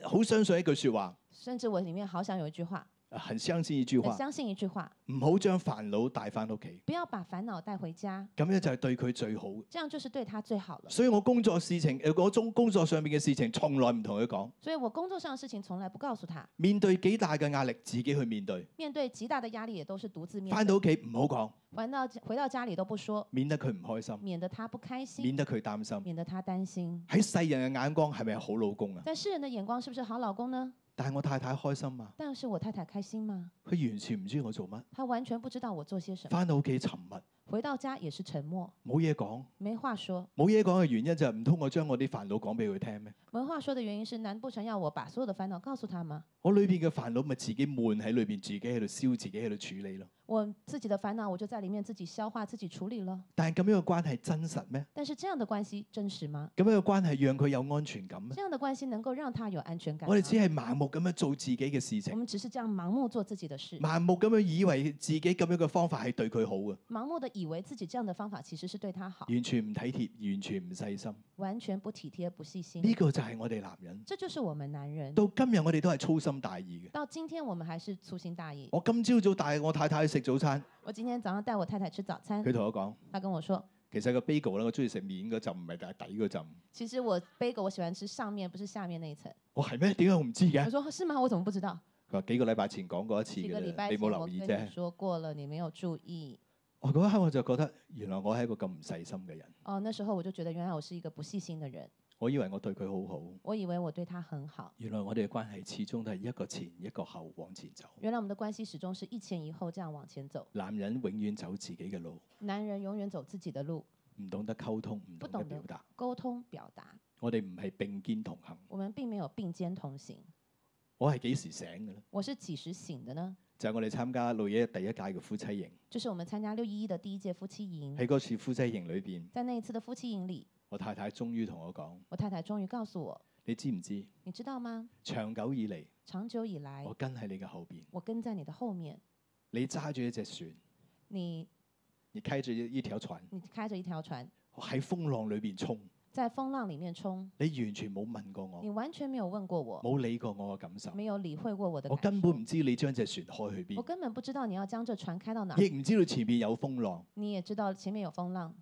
A: 呃好相信一句説話，
B: 甚至我里面好想有一句话，
A: 很相信呢句
B: 很
A: 話：
B: 相信一句话：
A: 唔好將煩惱帶翻屋企，
B: 不要把煩恼带回家，
A: 咁樣就係對佢最好。
B: 这样就是对她最好了。
A: 所以我工作事情，誒我中工作上面嘅事情，從來唔同佢講。
B: 所以我工作上的事情从来不告诉她。
A: 面對幾大嘅壓力，自己去面對。
B: 面对极大的压力也都是独自面
A: 翻
B: 对，
A: 到屋企唔好講，
B: 还到回到家里都不说，
A: 免得佢唔開心，
B: 免得他不开
A: 免
B: 心，
A: 得佢擔心。
B: 免得他担心。
A: 喺世人嘅眼光係咪好老公啊？
B: 在世人的眼光是不是好老公呢？
A: 但係我太太開心啊，
B: 但是我太太开心吗？
A: 佢完全唔知我做乜，
B: 她完全不知道我做些什么，
A: 翻到屋企沉默。
B: 回到家也是沉默，
A: 冇嘢講，
B: 没话说。
A: 冇嘢講嘅原因就係唔通我將我啲煩惱講俾佢聽咩？
B: 没话说的原因是，难不成要我把所有的烦恼告诉他吗？
A: 我裏邊嘅煩惱咪自己悶喺裏邊，自己喺度燒，自己喺度處理咯。
B: 我自己的烦恼我就在里面自己消化、自己处理了。
A: 但係咁樣嘅關係真實咩？
B: 但是这样的关系真实吗？
A: 咁樣嘅關係讓佢有安全感咩？
B: 这样的关系能够让他有安全感吗？啊
A: 我哋只係盲目咁樣做自己嘅事
B: 我
A: 情，
B: 们只是这样盲目做自己的事，
A: 盲目咁樣以為自己咁樣嘅方法係對佢好嘅，
B: 盲目的以为自己这样的方法其实是对他好，
A: 完全唔體貼，完全唔細心。
B: 完全不体贴、不细心。
A: 呢個就係我哋男人。
B: 这就是我们男人。
A: 到今日我哋都係粗心大意嘅。
B: 到今天我们还是粗心大意。
A: 我今朝早帶我太太去食早餐，
B: 我今天早上带我太太吃早餐，
A: 佢同我講，
B: 她跟我说，
A: 其實個 bagel 咧，我中意食面嗰陣，唔係底底嗰陣。
B: 其实我 bagel 我喜欢吃上面，不是下面那一层。
A: 我係咩？點解我唔知嘅
B: 我？说是吗？我怎么不知道？
A: 佢話幾個禮拜前講過哎一次
B: 几
A: 嘅
B: 个礼
A: 啦，
B: 拜
A: 你
B: 前
A: 冇
B: 我
A: 留
B: 跟
A: 意
B: 你
A: 啫。
B: 说过了，你没有注意。
A: 我嗰一刻我就覺得，原來我係一個咁唔細心嘅人。
B: 哦，那时候我就觉得原来我是一个不细心的人，
A: 我以為我對佢好好，
B: 我以为我对他很好，
A: 原來我哋嘅關係始終都係一個前一個後往前走。
B: 原来我们的关系始终是一前一后这样往前走。
A: 男人永遠走自己嘅路，
B: 男人永远走自己的路，
A: 唔懂得溝通，唔
B: 不
A: 懂得
B: 懂
A: 表
B: 得
A: 達。
B: 沟通表达，
A: 我哋唔係並肩同行。
B: 我们并没有并肩同行。
A: 我係幾時醒嘅咧？
B: 我是几时醒的呢？
A: 就係、我哋參加六一一第一屆嘅夫妻營，
B: 就是我们参加六一一的第一届夫妻营，
A: 喺嗰次夫妻營裏邊，
B: 在那一次的夫妻营里，
A: 我太太終於同我講：
B: 我太太终于告诉我，
A: 你知唔知？
B: 你知道吗？
A: 長久以嚟，
B: 长久以来
A: 我，跟喺你嘅後邊，
B: 我跟在你的后面，
A: 你揸住一隻船，
B: 你
A: 你開住一一條船，
B: 你开着一条船，
A: 我喺風浪裏邊衝，
B: 在风浪里面冲，
A: 你完全冇問過
B: 你
A: 我，
B: 完全没有问过我，
A: 冇理過我嘅感受，
B: 没有理会过我的
A: 我
B: 感
A: 根
B: 受
A: 本唔知你將隻船開去邊，
B: 我根本不知道你要将这船开到哪，
A: 亦唔知道前面有風浪，
B: 你也知道前面有风浪，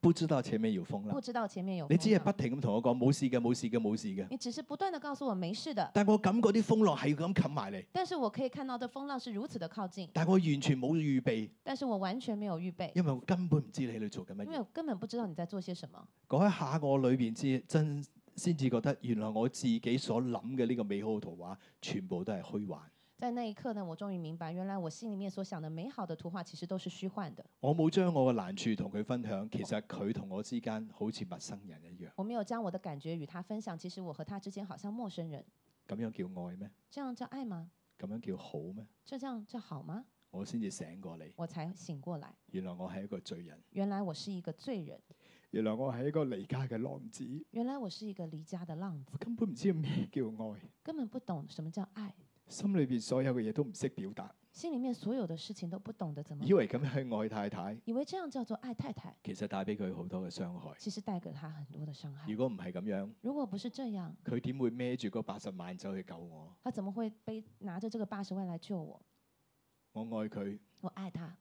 A: 不知道前面有風
B: 不
A: 浪，
B: 知道前面有
A: 你
B: 风
A: 只係
B: 浪，
A: 不停咁同我講冇事嘅，冇事嘅，冇事嘅，
B: 你只是不断的告诉我没事的，
A: 但我感覺啲風浪係咁冚埋嚟，
B: 但是我可以看到这风浪是如此的靠近，
A: 但我完全冇預備，
B: 但是我完全没有预备，
A: 因為我根本唔知你喺度做緊乜
B: 因为
A: 嘢。
B: 我根本不知道你在做些什么。
A: 嗰一下我裏邊知真先至覺得，原來我自己所諗嘅呢個美好嘅圖畫，全部都係虛幻。
B: 在那一刻呢，我终于明白，原来我心里面所想的美好的图画，其实都是虚幻的。
A: 我冇將我嘅難處同佢分享，其實佢同我之間好似陌生人一樣，
B: 我没有将我的感觉与他分享，其实我和他之间好像陌生人。
A: 咁樣叫愛咩？
B: 这样叫爱吗？
A: 咁樣叫好咩？
B: 这这样叫好吗？
A: 我先至醒過嚟，
B: 我才醒过来，
A: 原來我係一個罪人，
B: 原来我是一个罪人，
A: 原來我係一個離家嘅浪子，
B: 原来我是一个离家的浪子
A: 我，根本唔知咩叫愛，
B: 根本不懂什么叫爱，
A: 心裏邊所有嘅嘢都唔識表達，
B: 心里面所有的事情都不懂得怎么
A: 以，為咁樣係愛太太，
B: 以为这样叫做爱太太，
A: 其實帶俾佢好多嘅傷害。
B: 其实带给他很多的伤害
A: 如。果唔係咁樣，
B: 如果不是这样，
A: 佢點會孭住嗰八十萬走去救我？
B: 他怎么会背拿着这个八十万来救我？
A: 我愛佢，
B: 我爱他，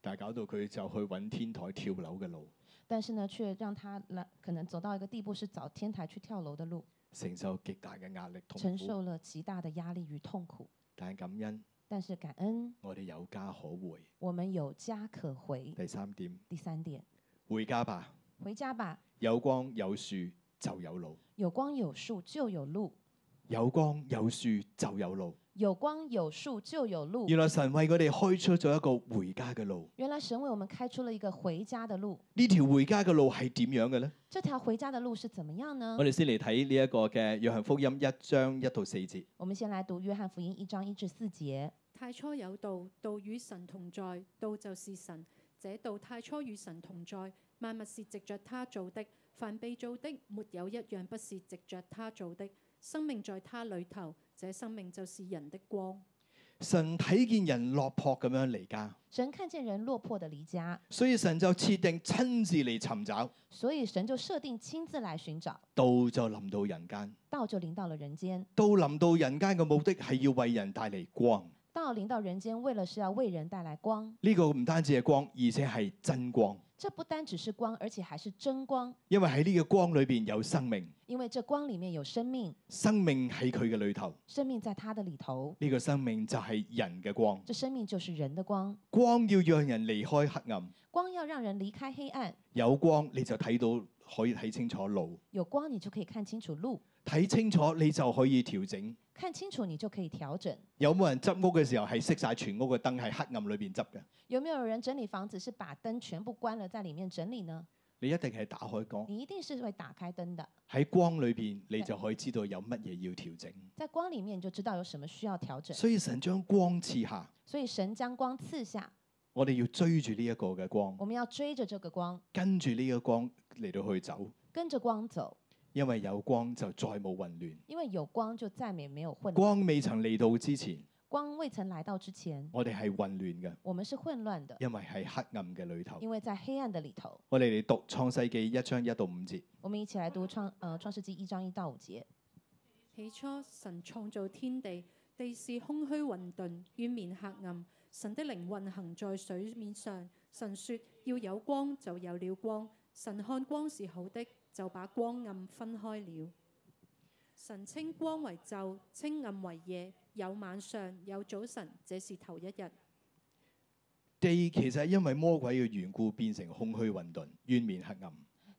A: 但係搞到佢就去揾天台跳樓嘅路，
B: 但是呢，却让他来可能走到一个地步，是找天台去跳楼的路，
A: 承受極大嘅壓力痛
B: 承
A: 苦。
B: 受了极大的压力与痛苦。
A: 但係感恩，
B: 但是感恩，
A: 我哋有家可回。
B: 我们有家可回。
A: 第三點，
B: 第三点，
A: 回家吧，
B: 回家吧，
A: 有光有樹就有路，
B: 有光有树就有路，
A: 有光有樹就有路。
B: 有光有树就有路。
A: 原來神為我哋開出咗一個回家嘅路。
B: 原来神为我们开出了一个回家的路，
A: 呢條回家嘅路係點樣嘅呢？
B: 这条回家的路是怎么样呢
A: 我？哋先嚟睇呢一個嘅約翰福音一章一到四節。
B: 我们先来读约翰福音一章一至四节。
D: 太初有道，道與神同在，道就是神。這道太初與神同在，萬物是藉着他做的，凡被造的沒有一樣不是藉着他做的。生命在他裏頭，這生命就是人的光。
A: 神睇見人落魄咁樣離家，
B: 神看见人落魄的离家，
A: 所以神就設定親自嚟尋找。
B: 所以神就设定亲自来寻找，
A: 道就臨到人間，
B: 道就临到了人间。
A: 道臨到人間嘅目的係要為人帶嚟光。
B: 道临到人间，为了是要为人带来光。
A: 呢、個唔單止係光，而且係真光，
B: 这不单只是光，而且还是真光，
A: 因為喺呢個光裏邊有生命，
B: 因为这光里面有生命，
A: 生命喺佢嘅裏頭。
B: 生命在它的里头。
A: 呢、個生命就係人嘅光，
B: 这生命就是人的光，
A: 光要讓人離開黑暗，
B: 光要让人离开黑暗，
A: 有光你就睇到可以睇清楚路，
B: 有光你就可以看清楚路，
A: 睇清楚你就可以調整，
B: 看清楚你就可以调整。
A: 有冇人執屋嘅時候係熄晒全屋嘅燈，喺黑暗裏邊執嘅？
B: 有没有人整理房子是把灯全部关了在里面整理呢？
A: 你一定係打開光，
B: 你一定是会打开灯的，
A: 喺光裏邊你就可以知道有乜嘢要調整。
B: 在光里面你就知道有什么需要调整。
A: 所以神將光賜下，
B: 所以神将光赐下，
A: 我哋要追住呢一個嘅光，
B: 我们要追着这个光，
A: 跟住呢個光嚟到去走，
B: 跟着光走，
A: 因為有光就再冇混亂。
B: 因为有光就再也没有混乱。
A: 光未曾嚟到之前，
B: 光未曾来到之前，
A: 我哋係混亂嘅，
B: 我们是混乱的，
A: 因為喺黑暗嘅裏頭。
B: 因為在黑暗的里头。
A: 我哋嚟讀創世記一章一到五節。
B: 我们一起来读创呃创世纪一章一到五节。
D: 起初神創造天地，地是空虛混沌，淵面黑暗。神的靈運行在水面上。神說：要有光，就有了光。神看光是好的，就把光暗分開了。神稱光為晝，稱暗為夜。有晚上，有早晨，這是頭一日。
A: 地其實係因為魔鬼嘅緣故變成空虛混沌、淵面黑暗。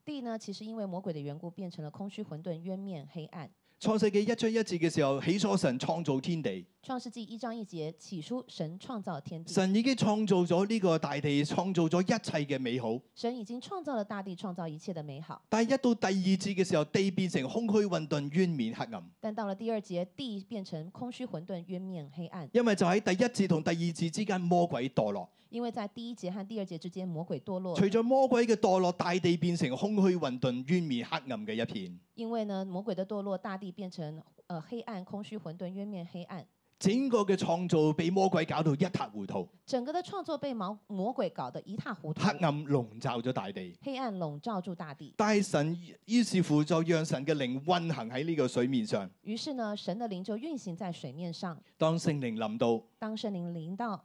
B: 地呢，其实因为魔鬼的缘故，变成了空虚、混沌、渊面、黑暗。
A: 創世記一章一節嘅時候，起初神創造天地，
B: 创世纪一章一节，起初神创造天地，
A: 神已經創造咗呢個大地，創造咗一切嘅美好。
B: 神已經创造了大地，创造一切的美好。
A: 但係一到第二節嘅時候，地變成空虛混沌、淵面黑暗，
B: 但到了第二节，地變成空虛、混沌、淵面、黑暗，
A: 因為就喺第一節同第二節之間，魔鬼墮落。
B: 因為在第一节和第二节之間，魔鬼堕落了。
A: 隨着魔鬼嘅墮落，大地變成空虛混沌、淵面黑暗嘅一片。
B: 因為呢，魔鬼的堕落，大地變成呃黑暗、空虛、混沌、淵面、黑暗。
A: 整個嘅創造被魔鬼搞到一塌糊塗，
B: 整个的創作被魔魔鬼搞得一塌糊涂
A: 黑，暗籠罩咗大地。
B: 黑暗籠罩住大地。
A: 但係神於是乎就讓神嘅靈運行喺呢個水面上。
B: 于是呢，神的靈就運行在水面上。
A: 當聖靈臨到，
B: 當聖靈臨到，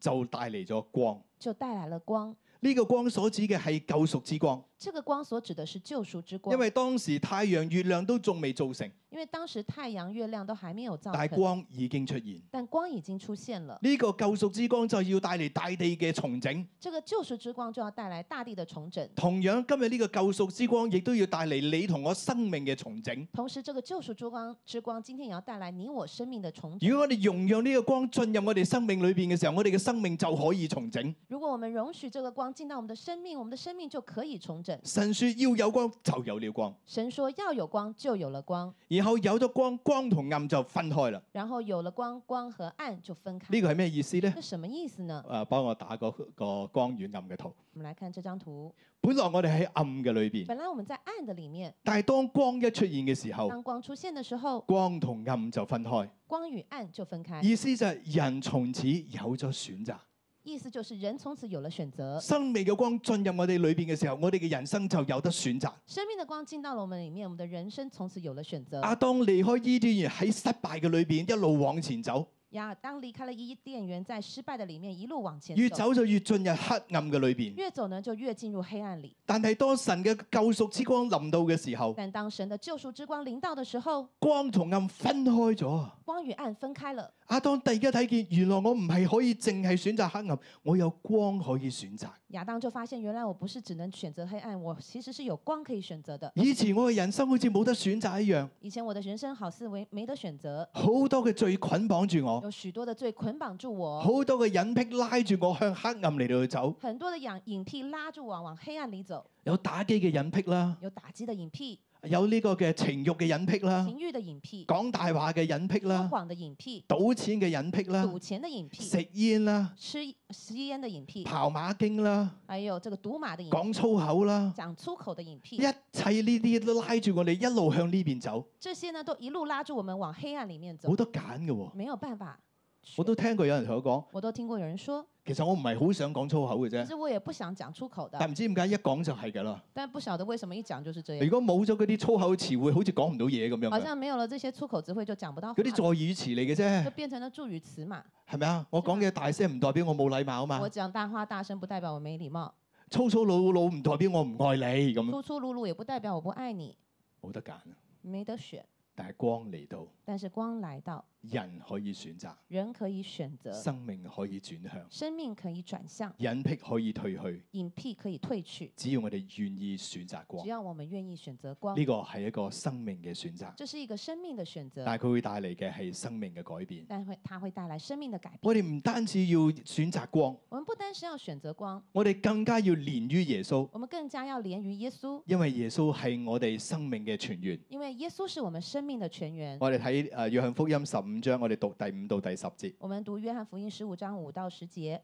A: 就帶嚟咗光。
B: 就帶來了光。
A: 呢、個光所指嘅係救贖之光，
B: 这個光所指的是救贖之光，
A: 因為當時太陽、月亮都仲未造成，
B: 因為當時太陽、月亮都還沒有造
A: 但係
B: 成，
A: 光已經出現。
B: 但光已經出現了。
A: 呢、個救贖之光就要帶嚟大地嘅重整。
B: 这個救赎之光就要帶來大地的重整，
A: 同樣，今日呢個救贖之光亦都要帶嚟你同我生命嘅重整。
B: 同時这個救赎之光之光今天也要帶來你我生命的重整。
A: 如果我哋容讓呢個光進入我哋生命裏邊嘅時候，我哋嘅生命就可以重整。
B: 如果我們容許这個光進到我們的生命，我們的生命就可以重整。
A: 神說要有光，就有了光。
B: 神說要有光，就有了光，
A: 然後有咗光，光同暗就分開啦。
B: 然後有了光，光和暗就分開。
A: 呢個係咩意思呢？
B: 这什麼意思呢？
A: 誒、幫我打個個光與暗嘅圖。
B: 我們來看這張圖。
A: 本來我哋喺暗嘅裏邊，
B: 本來我們在暗的裡面，
A: 但係當光一出現嘅時候，
B: 當光出現的時候，
A: 光同暗就分開。
B: 光與暗就分開。
A: 意思就係人從此有咗選擇，
B: 意思就是人從此有了選擇。
A: 生命嘅光進入我哋裏邊嘅時候，我哋嘅人生就有得選擇。
B: 生命的光進到了我們裡面，我們的人生從此有了選擇。
A: 阿當離開伊甸園喺失敗嘅裏邊一路往前走，
B: 亞當離開了伊甸園，在失敗的裡面一路往前
A: 越
B: 走，
A: 走就越進入黑暗嘅裏邊。
B: 越走呢就越進入黑暗裡。
A: 但係當神嘅救贖之光臨到嘅時候，
B: 但當神的救贖之光臨到的時候，
A: 光同暗分開咗。
B: 光與暗分開了。
A: 阿當突然間睇見，原來我唔係可以淨係選擇黑暗，我有光可以選擇。
B: 亞當就發現，原來我不是只能選擇黑暗，我其實是有光可以選擇的。
A: 以前我嘅人生好似冇得選擇一樣，
B: 以前我的人生好似沒沒得選擇，
A: 好多嘅罪捆綁住我，
B: 有許多的罪捆綁住我，
A: 好多嘅隱癖拉住我向黑暗嚟到去走，
B: 很多的影影癖拉住我往黑暗裡走，
A: 有打機嘅隱癖啦，
B: 有打擊的影癖，
A: 有呢個嘅情慾嘅隱癖啦，
B: 情欲的影癖，
A: 講大話嘅隱癖
B: 說
A: 啦，
B: 謊的影癖，
A: 賭錢嘅隱癖啦
B: 賭，錢的影癖，
A: 食煙啦，
B: 吃吸煙的影癖，
A: 跑馬經啦，
B: 還有這個賭馬的影癖，
A: 講粗口啦，
B: 講粗口的
A: 一
B: 影癖
A: 切，呢啲都拉住我哋一路向呢邊走，
B: 這些呢都一路拉住我們往黑暗裡面走
A: 冇，得揀嘅喎。
B: 沒有辦法選。
A: 我都聽過有人同我講。
B: 我都聽過有人說，
A: 其實我唔係好想講粗口嘅
B: 其
A: 啫，
B: 實我也不想講出口
A: 但
B: 的，
A: 唔知點解一講就係㗎啦。
B: 但不曉得為什麼一講就是這樣
A: 如。果冇咗嗰啲粗口詞彙，好似講唔到嘢咁樣
B: 好
A: 嘅。
B: 像沒有了這些出口詞彙就講不到
A: 嗰啲
B: 話
A: 助語詞嚟嘅
B: 就
A: 啫，
B: 變成了助語詞嘛。
A: 係咪啊？我講嘅大聲唔代表我冇禮貌啊
B: 我
A: 嘛，
B: 講大話大聲不代表我沒禮貌，
A: 粗粗魯魯唔代表我唔愛你咁，
B: 粗粗魯魯也不代表我不愛你，
A: 冇得揀啊。
B: 沒得選。
A: 但係光嚟到，
B: 但是光來到，
A: 人可以選擇，
B: 人可以选择，
A: 生命可以轉向，
B: 生命可以转向，
A: 隱僻可以退去，
B: 隐蔽可以退去，
A: 只要我哋願意選擇光
B: 只，要我们愿意选择光
A: 呢，個係一個生命嘅選擇，
B: 这是一个生命的选择，
A: 但係佢會帶嚟嘅係生命嘅改變。
B: 但会它会带来生命的改变。
A: 我哋唔單止要選擇光，
B: 我们不单是要选择光，
A: 我哋更加要連於耶穌，
B: 我们更加要连于耶稣，
A: 因為耶穌係我哋生命嘅泉源。
B: 因为耶稣是我们生命的泉源。
A: 我哋睇誒約翰福音十五章，我哋讀第五到第十節。
B: 我们读约翰福音十五章五到十节，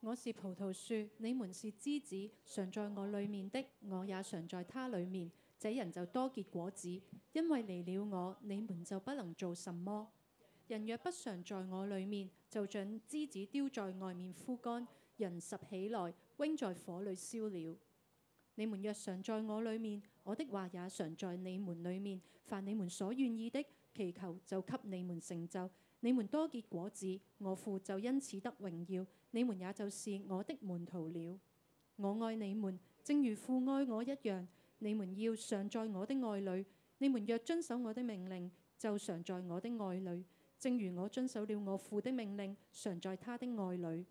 D: 我是葡萄樹，你們是枝子，常在我裏面的，我也常在他裏面。這人就多結果子，因為離了我，你們就不能做什麼。人若不常在我裏面，就像枝子丟在外面枯乾，人拾起來，扔在火裏燒了。你們若常在我裏面，我的話也常在你們裏面。凡你們所願意的，祈求就給你們成就。你們多結果子，我父就因此得榮耀。你們也就是我的門徒了。我愛你們，正如父愛我一樣。你們要常在我的愛裏。你們若遵守我的命令，就常在我的愛裏。正如我遵守了我父的命令，常在他的愛裏。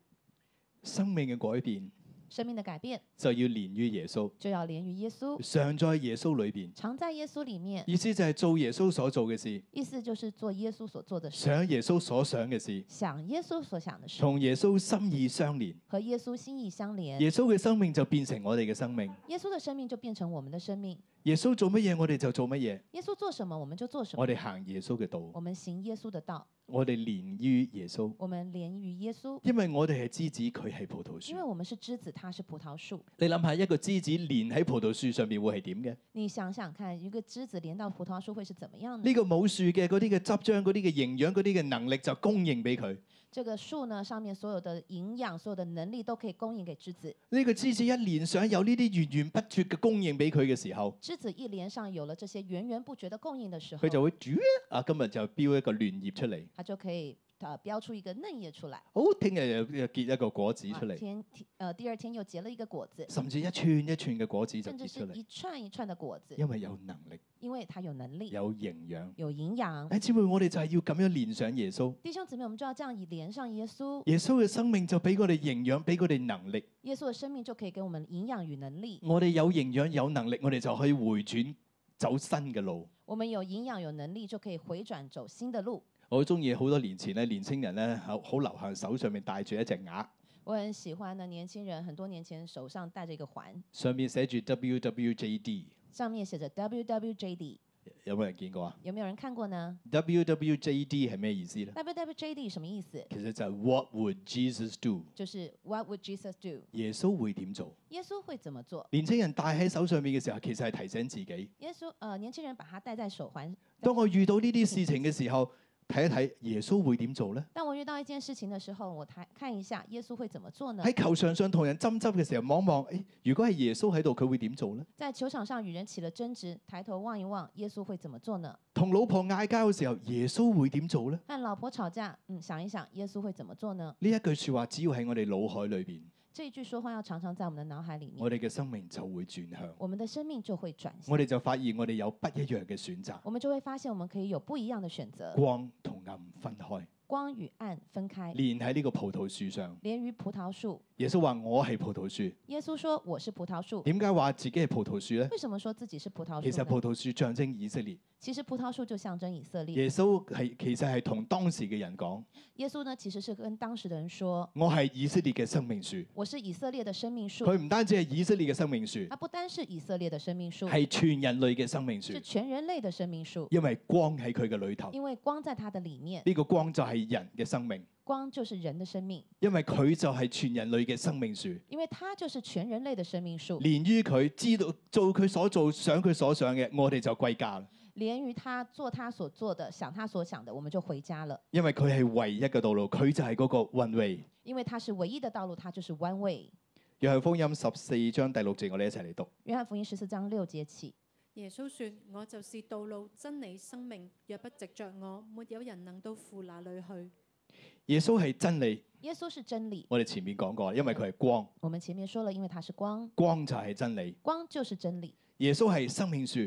A: 生命嘅改變
B: 生命的改变
A: 就要連於耶穌，
B: 就要连于耶稣，
A: 常在耶穌裏邊。
B: 常在耶稣里面。
A: 意思就係做耶穌所做嘅事，
B: 意思就是做耶稣所做的事，
A: 想耶穌所想嘅事，
B: 想耶稣所想的事，
A: 同耶穌心意相連。
B: 和耶稣心意相连。
A: 耶穌嘅生命就變成我哋嘅生命。
B: 耶稣的生命就变成我们的生命，
A: 耶穌做乜嘢，我哋就做乜嘢。
B: 耶稣做什么我们就做什么。
A: 我哋行耶穌嘅道，
B: 我们行耶稣的道，
A: 我哋連於耶穌，
B: 我们连于耶稣，
A: 因為我哋係枝子，佢係葡萄
B: 因为
A: 樹。
B: 我们是枝子，它是葡萄樹。
A: 你諗下一個枝子連喺葡萄樹上面會係點嘅？
B: 你想想看，一个枝子连到葡萄树会是怎么样的？
A: 呢個冇樹嘅嗰啲嘅汁漿、嗰啲嘅營養、嗰啲嘅能力就供應俾佢。
B: 这个树呢，上面所有的营养、所有的能力都可以供应给枝子。
A: 呢個枝子一連上有呢啲源源不絕嘅供應俾佢嘅時候，
B: 枝子一连上有了这些源源不绝的供应的时候
A: 佢，就會煮啊，今日就標一個嫩葉出嚟，
B: 它就可以呃标出一个嫩叶出来，
A: 好聽日又又結一個果子
B: 啊
A: 出嚟，
B: 天天呃第二天又结了一个果子，
A: 甚至一串一串嘅果子就
B: 甚至
A: 結
B: 是
A: 出嚟
B: 一，串一串的果子，
A: 因為有能力、
B: 因为它有能力、
A: 有營養。
B: 有营养。
A: 弟兄姊妹，我哋就係要咁樣連上耶穌，
B: 弟兄姊妹，我们就要这样以连上耶稣，
A: 耶穌嘅生命就俾我哋營養，俾我哋能力。
B: 耶稣的生命就可以给我们营养与能力。
A: 我哋有營養、有能力，我哋就可以回轉走新嘅路。
B: 我们有营养、有能力，就可以回转走新的路。
A: 我好中意好多年前咧，年青人咧好好流行手上面戴住一隻鈪，
B: 我很喜欢呢，年轻人很多年前手上戴着一个环，
A: 上面寫住 WWJD，
B: 上面写着 WWJD，
A: 有冇人見過啊
B: 有没有人看过呢
A: ？WWJD 係咩意思咧？
B: ？WWJD 什么意思？
A: 其實就係 What would Jesus do？
B: 就是 What would Jesus do？
A: 耶穌會點做？
B: 耶稣会怎么做？
A: 年青人戴喺手上面嘅時候，其實係提醒自己，
B: 耶稣呃，年轻人把它戴在手环。
A: 當我遇到呢啲事情嘅時候，睇一睇耶穌會點做呢？
B: 当我遇到一件事情的时候，我看看一下耶稣会怎么做呢？
A: 喺球場上同人爭執嘅時候，望一望，誒，如果係耶穌喺度，佢會點做呢？
B: 在球场上与人起了争执，抬头望一望，耶稣会怎么做呢？
A: 同老婆嗌交嘅時候，耶穌會點做呢？
B: 和老婆吵架，嗯，想一想耶稣会怎么做呢？
A: 呢一句説話，只要喺我哋腦海裏邊，
B: 这一句说话要常常在我们的脑海里面
A: 我，哋嘅生命就會轉向，
B: 我们的生命就会转向
A: 我，哋就發現我哋有不一樣嘅選擇，
B: 我们就会发现我们可以有不一样的选择，
A: 光同暗分開，
B: 光与暗分开，
A: 連喺呢個葡萄樹上。
B: 连于葡萄树。
A: 耶穌話：我係葡萄樹。
B: 耶稣说：“我是葡萄树。
A: 點解話自己係葡萄樹呢”？
B: 为什么说自己是葡萄
A: 其
B: 树
A: 實
B: 呢？
A: 葡萄樹象徵以色列。
B: 其實葡萄树就象征以色列。
A: 耶穌係其實係同當時嘅人講：
B: 耶稣呢，其实是跟当時的人说
A: 我係以色列嘅生命樹。：“
B: 我是以色列的生命树。
A: 佢唔單止係以色列嘅生命樹”，
B: 它不单是以色列的生命树，
A: 係全人類嘅生命樹
B: 是，全人类的生命树，
A: 因為光喺佢嘅裏頭。
B: 因為光在它的里面，
A: 呢個光就係人嘅生命，
B: 光就是人的生命，
A: 因為佢就係全人類嘅生命樹。
B: 因为它就是全人类的生命树。
A: 連於佢知道做佢所做、想佢所想嘅，我哋就歸家啦。
B: 连于他做他所做的，想他所想的，我们就回家了。
A: 因為佢係唯一嘅道路，佢就係嗰個運位。
B: 因为他是唯一的道路，他就是弯位。
A: 約翰福音十四章第六節，我哋一齊嚟讀。
B: 约翰福音十四章六节起，
D: 耶穌說：我就是道路、真理、生命。若不藉着我，沒有人能到父那裏去。
A: 耶穌係真理，
B: 耶稣是真理。
A: 我哋前面講過，因為佢係光，
B: 我们前面说了，因为他是光，
A: 光就係真理。
B: 光就是真理。
A: 耶穌係生命樹，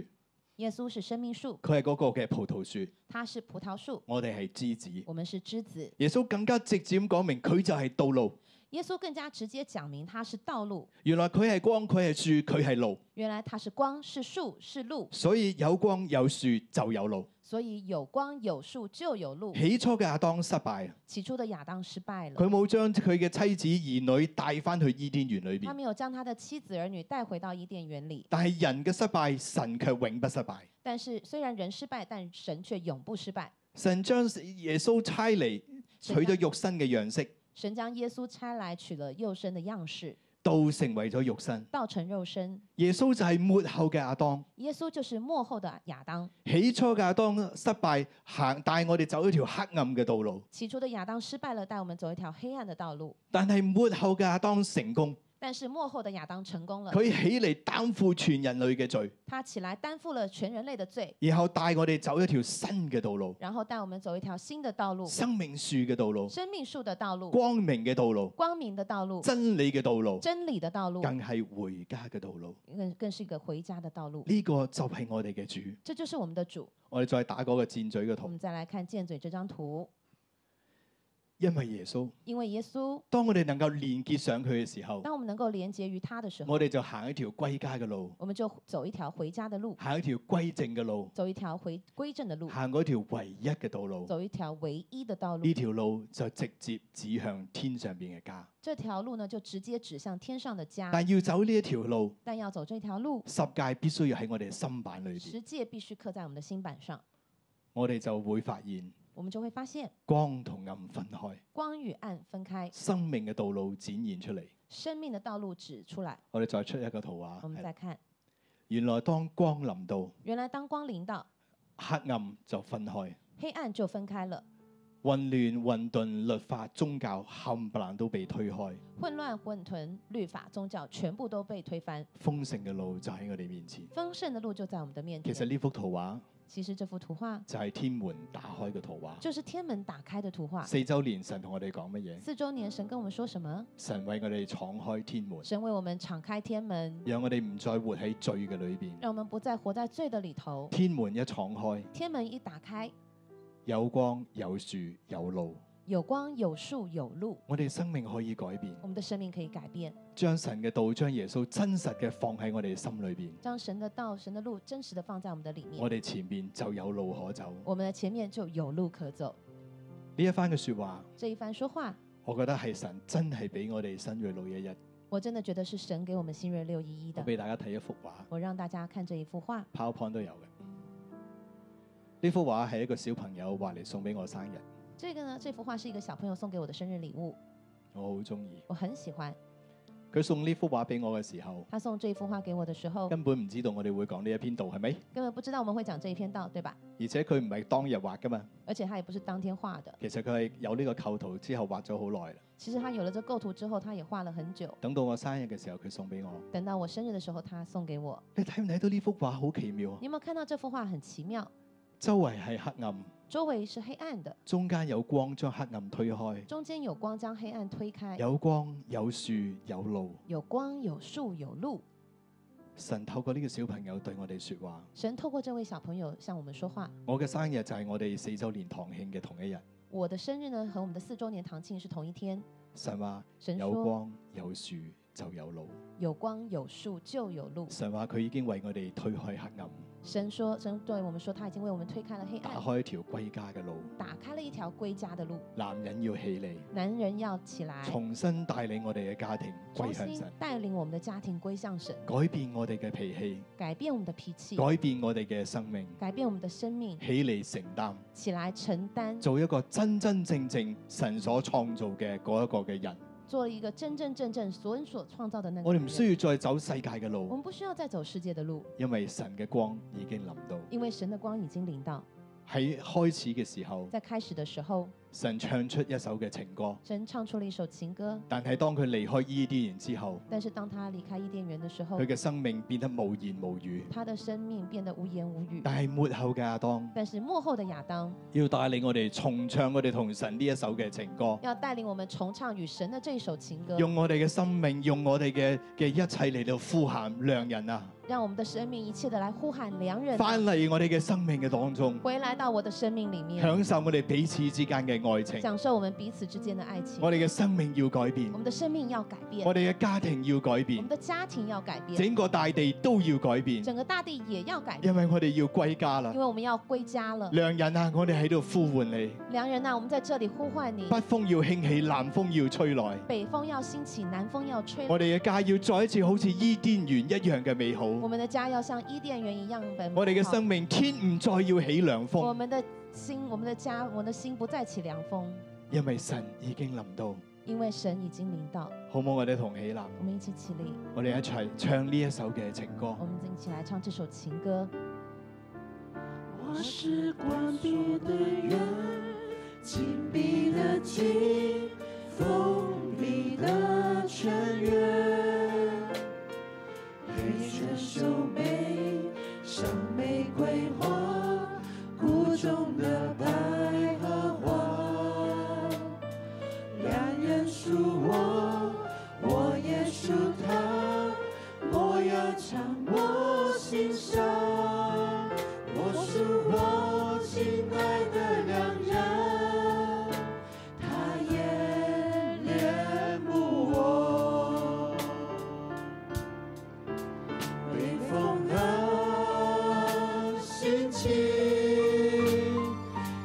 B: 耶稣是生命树，
A: 佢係嗰個嘅葡萄樹，
B: 他是葡萄树，
A: 我哋係枝子。
B: 我们是枝子。
A: 耶穌更加直接咁講明，佢就係道路。
B: 耶稣更加直接讲明他是道路，
A: 原來佢係光，佢係樹，佢係路，
B: 原来他是光，是树，是路，
A: 所以有光有樹就有路。
B: 所以有光有树就有路。
A: 起初嘅亞當失敗，
B: 起初的亚当失败了
A: 佢，冇將佢嘅妻子兒女帶翻去伊甸園裏
B: 他
A: 邊。
B: 没有将他的妻子儿女带回到伊甸园里。
A: 但係人嘅失敗，神卻永不失敗。
B: 但是虽然人失败，但神却永不失败。
A: 神將耶穌差嚟，取咗肉身嘅樣式，
B: 神将耶稣差来取了肉身的样式，
A: 道成為咗肉身。
B: 道成肉身。
A: 耶穌就係末後嘅亞當。
B: 耶稣就是幕后的亚当，
A: 起初嘅亞當失敗，行帶我哋走一條黑暗嘅道路。
B: 起初的亚当失败了，带我们走一條黑暗的道路。
A: 但係末後嘅亞當成功，
B: 但是幕后的亚当成功了，
A: 佢起嚟擔負全人類嘅罪，
B: 他起来担负了全人类的罪，
A: 然後帶我哋走一條新嘅道路，
B: 然后带我们走一條新的道路，
A: 生命樹嘅道路、
B: 生命树的道路，
A: 光明嘅道路、
B: 光明的道路，
A: 真理嘅道路，
B: 嗯真理的道路，
A: 更係回家嘅道路。
B: 更更是一个回家的道路。
A: 呢、個就係我哋嘅主。
B: 这就是我们的主。
A: 我哋再打嗰個箭嘴嘅
B: 我
A: 圖
B: 们，再来看剑嘴这张图，
A: 因為耶穌，
B: 因为耶稣，
A: 當我哋能夠連結上佢嘅時候，
B: 当我们能够连接于他的时候，
A: 我哋就行一條歸家嘅路，
B: 我们就走一条回家的路，
A: 行一條歸正嘅路，
B: 走一条回归正的路，
A: 行嗰條唯一嘅道路。
B: 走一条唯一的道路
A: 呢。條路就直接指向天上邊嘅家。
B: 这条路呢，就直接指向天上的家。
A: 但要走呢一條路，
B: 但要走这条路，
A: 十戒必須要喺我哋嘅心版裏邊，
B: 十戒必须刻在我们的心板上，
A: 我哋就會發現
B: 我们就会发现
A: 光同暗分開，
B: 光与暗分开，
A: 生命嘅道路展現出嚟。
B: 生命的道路指出来。
A: 我哋再出一個圖
B: 我们
A: 畫，
B: 再看，
A: 原來當光臨到，
B: 原来当光临到，
A: 黑暗就分開，
B: 黑暗就分开了，
A: 混亂、混沌、律法、宗教冚唪唥都被推開，
B: 混乱、混沌、律法、宗教全部都被推翻，
A: 豐盛嘅路就喺我哋面前。
B: 丰盛的路就在我们的面
A: 其
B: 前。
A: 實呢幅圖畫
B: 其實這幅圖畫
A: 就係天門打開嘅圖畫。
B: 就是天門打開的圖畫。
A: 四周年神同我哋講乜嘢？
B: 四周年神跟我們說什麼？
A: 神為我哋敞開天門。
B: 神為我們敞開天門，
A: 讓我哋唔再活喺罪嘅裏邊。
B: 讓我們不再活在罪的裡頭。
A: 天門一敞開，
B: 天門一打開，
A: 有光、有樹、有路，
B: 有光、有樹、有路，
A: 我哋生命可以改變，
B: 我們的生命可以改變，
A: 將神嘅道、將耶穌真實嘅放喺我哋心裏邊，
B: 將神的道、神的路真實的放在我們的裡面
A: 我，哋前面就有路可走。
B: 我們的前面就有路可走。
A: 呢一番嘅説話，
B: 這一番說話，
A: 我覺得係神真係俾我哋新锐路一日。
B: 我真的覺得是神給我們新銳六一一
A: 我
B: 的。
A: 俾大家睇一幅畫
B: 我讓大家看這一幅畫，
A: ，PowerPoint 都有嘅。呢幅畫係一個小朋友畫嚟送俾我生日，
B: 這個呢，這幅畫是一個小朋友送給我的生日禮物，
A: 我好中意。
B: 我很喜歡。
A: 佢送呢幅畫俾我嘅時候，
B: 他送這幅畫給我的時候，
A: 根本唔知道我哋會講呢一篇道係咪？
B: 根本不知道我們會講這一篇道，對吧？
A: 而且佢唔係當日畫噶嘛。
B: 而且他也不是當天畫的，
A: 其實佢係有呢個構圖之後畫咗好耐啦。
B: 其實他有了這構圖之後，他也畫了很久。
A: 等到我生日嘅時候，佢送俾我。
B: 等到我生日的時候，他送給我。
A: 你睇唔睇到呢幅畫好奇妙啊
B: 你？有沒有看到這幅畫很奇妙？
A: 周圍係黑暗，
B: 周圍是黑暗的，
A: 中間有光將黑暗推開，
B: 中間有光將黑暗推開，
A: 有光有樹有路。
B: 有光有樹有路。
A: 神透過呢個小朋友對我哋説話。
B: 神透過這位小朋友向我們說話。
A: 我嘅生日就係我哋四週年堂慶嘅同一日。
B: 我的生日呢和我們的四周年堂慶是同一天。
A: 神話
B: 神
A: 有
B: 說
A: 光有樹就有路。
B: 有光有樹就有路。
A: 神話佢已經為我哋推開黑暗，
B: 神說，神對我們說，他已經為我們推開了黑
A: 打
B: 暗，
A: 開一條歸家嘅路。
B: 打開了一條歸家的路。
A: 男人要起嚟，
B: 男人要起來，
A: 重新帶領我哋嘅家庭歸
B: 重
A: 向
B: 新
A: 神。
B: 帶領我們的家庭歸向神，
A: 改變我哋嘅脾氣，
B: 改變我們的脾氣，
A: 改變我哋嘅生命，
B: 改變我們的生命，
A: 起嚟承擔，
B: 起來承擔，
A: 做一個真真正正神所創造嘅嗰一個嘅人。
B: 做一個真真正正所所創造的那個
A: 我哋
B: 人。
A: 唔需要再走世界嘅
B: 我
A: 路
B: 們，不需要再走世界的路，
A: 因為神嘅光已經臨到。
B: 因為神的光已經臨到。
A: 喺開始嘅時候，
B: 在開始的時候，
A: 神唱出一首嘅情歌，
B: 神唱出了一首情歌，
A: 但係當佢離開伊甸園之後，
B: 但是当他離開伊甸園的時候
A: 佢，嘅生命變得無言無語。
B: 他的生命變得無言無語。
A: 但係末後嘅亞當
B: 但是幕後的亞當
A: 要帶領我哋重唱我哋同神呢一首嘅情歌，
B: 要帶領我們重唱與神的這首情歌，
A: 用我哋嘅生命，用我哋嘅嘅一切嚟到呼喊良人啊！
B: 讓我們的生命一切的來呼喊良人，啊
A: 翻嚟我哋嘅生命嘅當中，
B: 回來到我的生命裡面，
A: 享受我哋彼此之間嘅愛情。
B: 嗯享嗯受我們彼此之間的愛情。
A: 我哋嘅生命要改變
B: 我，們的生命要改變，
A: 我哋嘅家庭要改
B: 我
A: 變
B: 們，的家庭要改變，
A: 整個大地都要改變，
B: 整個大地也要改變，
A: 因為我哋要歸家啦
B: 因。為我們嗯要歸家了。
A: 良人啊，我哋喺度呼喚你，
B: 良人啊呐、我們在這裡呼喚你
A: 北，風要興起，南風要吹來，
B: 北風要興起，南風要吹來
A: 我哋嘅家要再一次好似伊甸園一樣嘅美好，
B: 我们的家要像伊甸園一樣的美好
A: 我哋嘅生命天唔再要起涼風，
B: 我們的心，我們的家，我們的心不再起涼風，
A: 因為神已經臨到。
B: 因為神已經臨到。
A: 好唔好？我哋同起立，
B: 我們一起起立，
A: 我哋一齊唱呢一首嘅情歌
B: 我。們一起來唱這首情歌。
F: 我是关闭的人，紧闭的紧，封闭的全员，黑着秀眉，像玫瑰花，谷中的百合花。良人属我，我也属他，我要唱我心上。我是我亲爱的良人，他也恋慕我。微风的心情，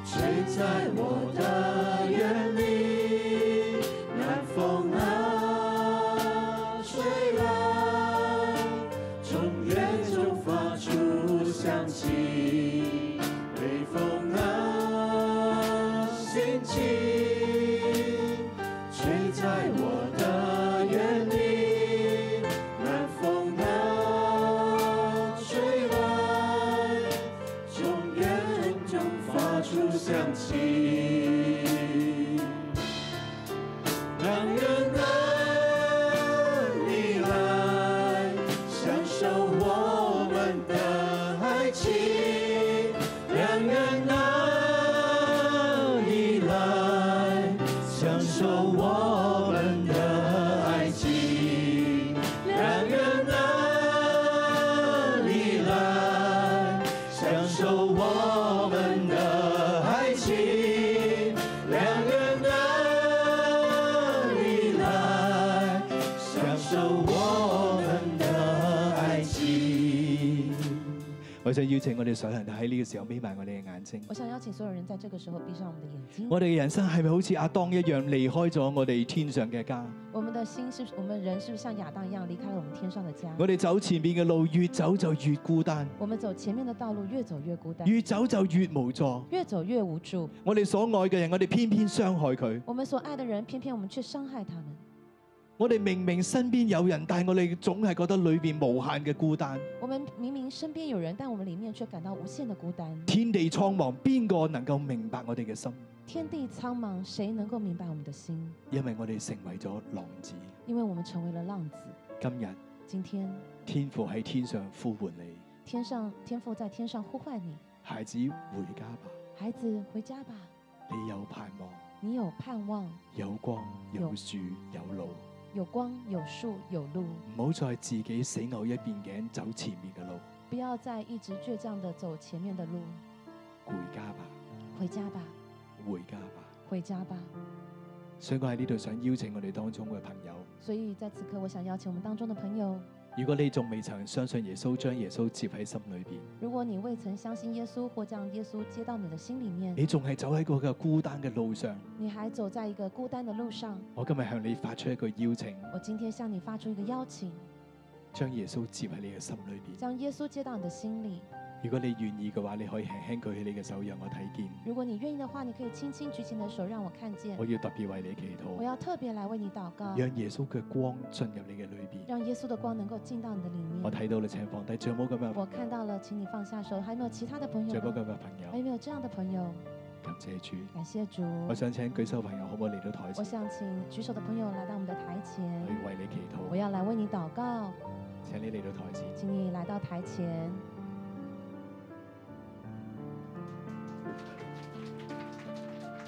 F: 吹在我的园里，南风啊，吹来，从园中发出香气。微风啊，心情，吹在我的园里，南风啊，吹来，从园中发出香气。让人啊，你来享受我们的爱情。让人啊，你来享受我们的爱情。让人啊，你来享受我们的爱情。两人哪里来享受我们的爱情？
A: 我想邀請我哋所有人喺呢個時候眯埋我哋嘅眼睛。
B: 我想邀請所有人在這個時候閉上我們的眼睛。
A: 我哋嘅人生係咪好似亞當一樣離開咗我哋天上嘅家？
B: 我們的心是不是，我們人是不是像亞當一樣離開了我們天上的家？
A: 我哋走前面嘅路，越走就越孤單，
B: 我們走前面的道路，越走越孤單，
A: 越走就越無助。
B: 越走越無助。
A: 我哋所愛嘅人，我哋偏偏傷害佢。
B: 我們所愛的人，偏偏我們卻傷害他們。
A: 我哋明明身邊有人，但係我哋總係覺得裏邊無限嘅孤單。
B: 我們明明身邊有人，但我們裡面卻感到無限的孤單。
A: 天地蒼茫，邊個能夠明白我哋嘅心？
B: 天地苍茫，誰能夠明白我們的心？
A: 因為我哋成為咗浪子。
B: 因為我們成為了浪子。
A: 今日
B: 今天
A: 天父喺天上呼喚你，
B: 天上天父在天上呼喚你，
A: 孩子回家吧，
B: 孩子回家吧，
A: 你有盼望，
B: 你有盼望，
A: 有光，有樹，有路，
B: 有光，有樹，有路，
A: 唔好再自己死牛一邊頸走前面嘅路，
B: 不要再一直倔強地走前面的路。
A: 回家吧，
B: 回家吧，
A: 回家吧。
B: 回家吧。
A: 所以我喺呢度想邀請我哋當中嘅朋友，
B: 所以在此刻，我想邀請我們當中的朋友，
A: 如果你仲未曾相信耶穌，將耶穌接喺心裏邊，
B: 如果你未曾相信耶穌，或将耶穌接到你的心裡面，
A: 你仲係走喺嗰個孤單嘅路上，
B: 你還走在一個孤單的路上，
A: 我今日向你發出一個邀請，
B: 我今天向你發出一個邀請，
A: 將耶穌接喺你嘅心裏邊。
B: 將耶穌接到你的心裡。
A: 如果你願意嘅話，你可以輕輕舉起你嘅手，讓我睇見。
B: 如果你願意的話，你可以輕輕舉起你的手，讓我看見
A: 我。要特別為你祈禱
B: 我。要特別來為你禱告，
A: 讓耶穌嘅光進入你嘅裏邊。
B: 讓耶穌的光能夠進到你的裡
A: 我
B: 面。
A: 睇到你請放低，仲有冇咁樣？
B: 我看到了，請你放下手。還有沒有其他的朋
A: 仲
B: 友
A: 有冇
B: 呢？
A: 咁嘅朋
B: 還
A: 友？
B: 有沒有這樣的朋友？
A: 感謝主。
B: 感谢主。
A: 我想請舉手朋友可唔可以嚟到台
B: 我
A: 前，
B: 想请举手的朋友来到我们的台
A: 我
B: 前，
A: 要為你祈
B: 我
A: 禱。
B: 要来为你祷告，
A: 請你嚟到台前。
B: 请你来到台前。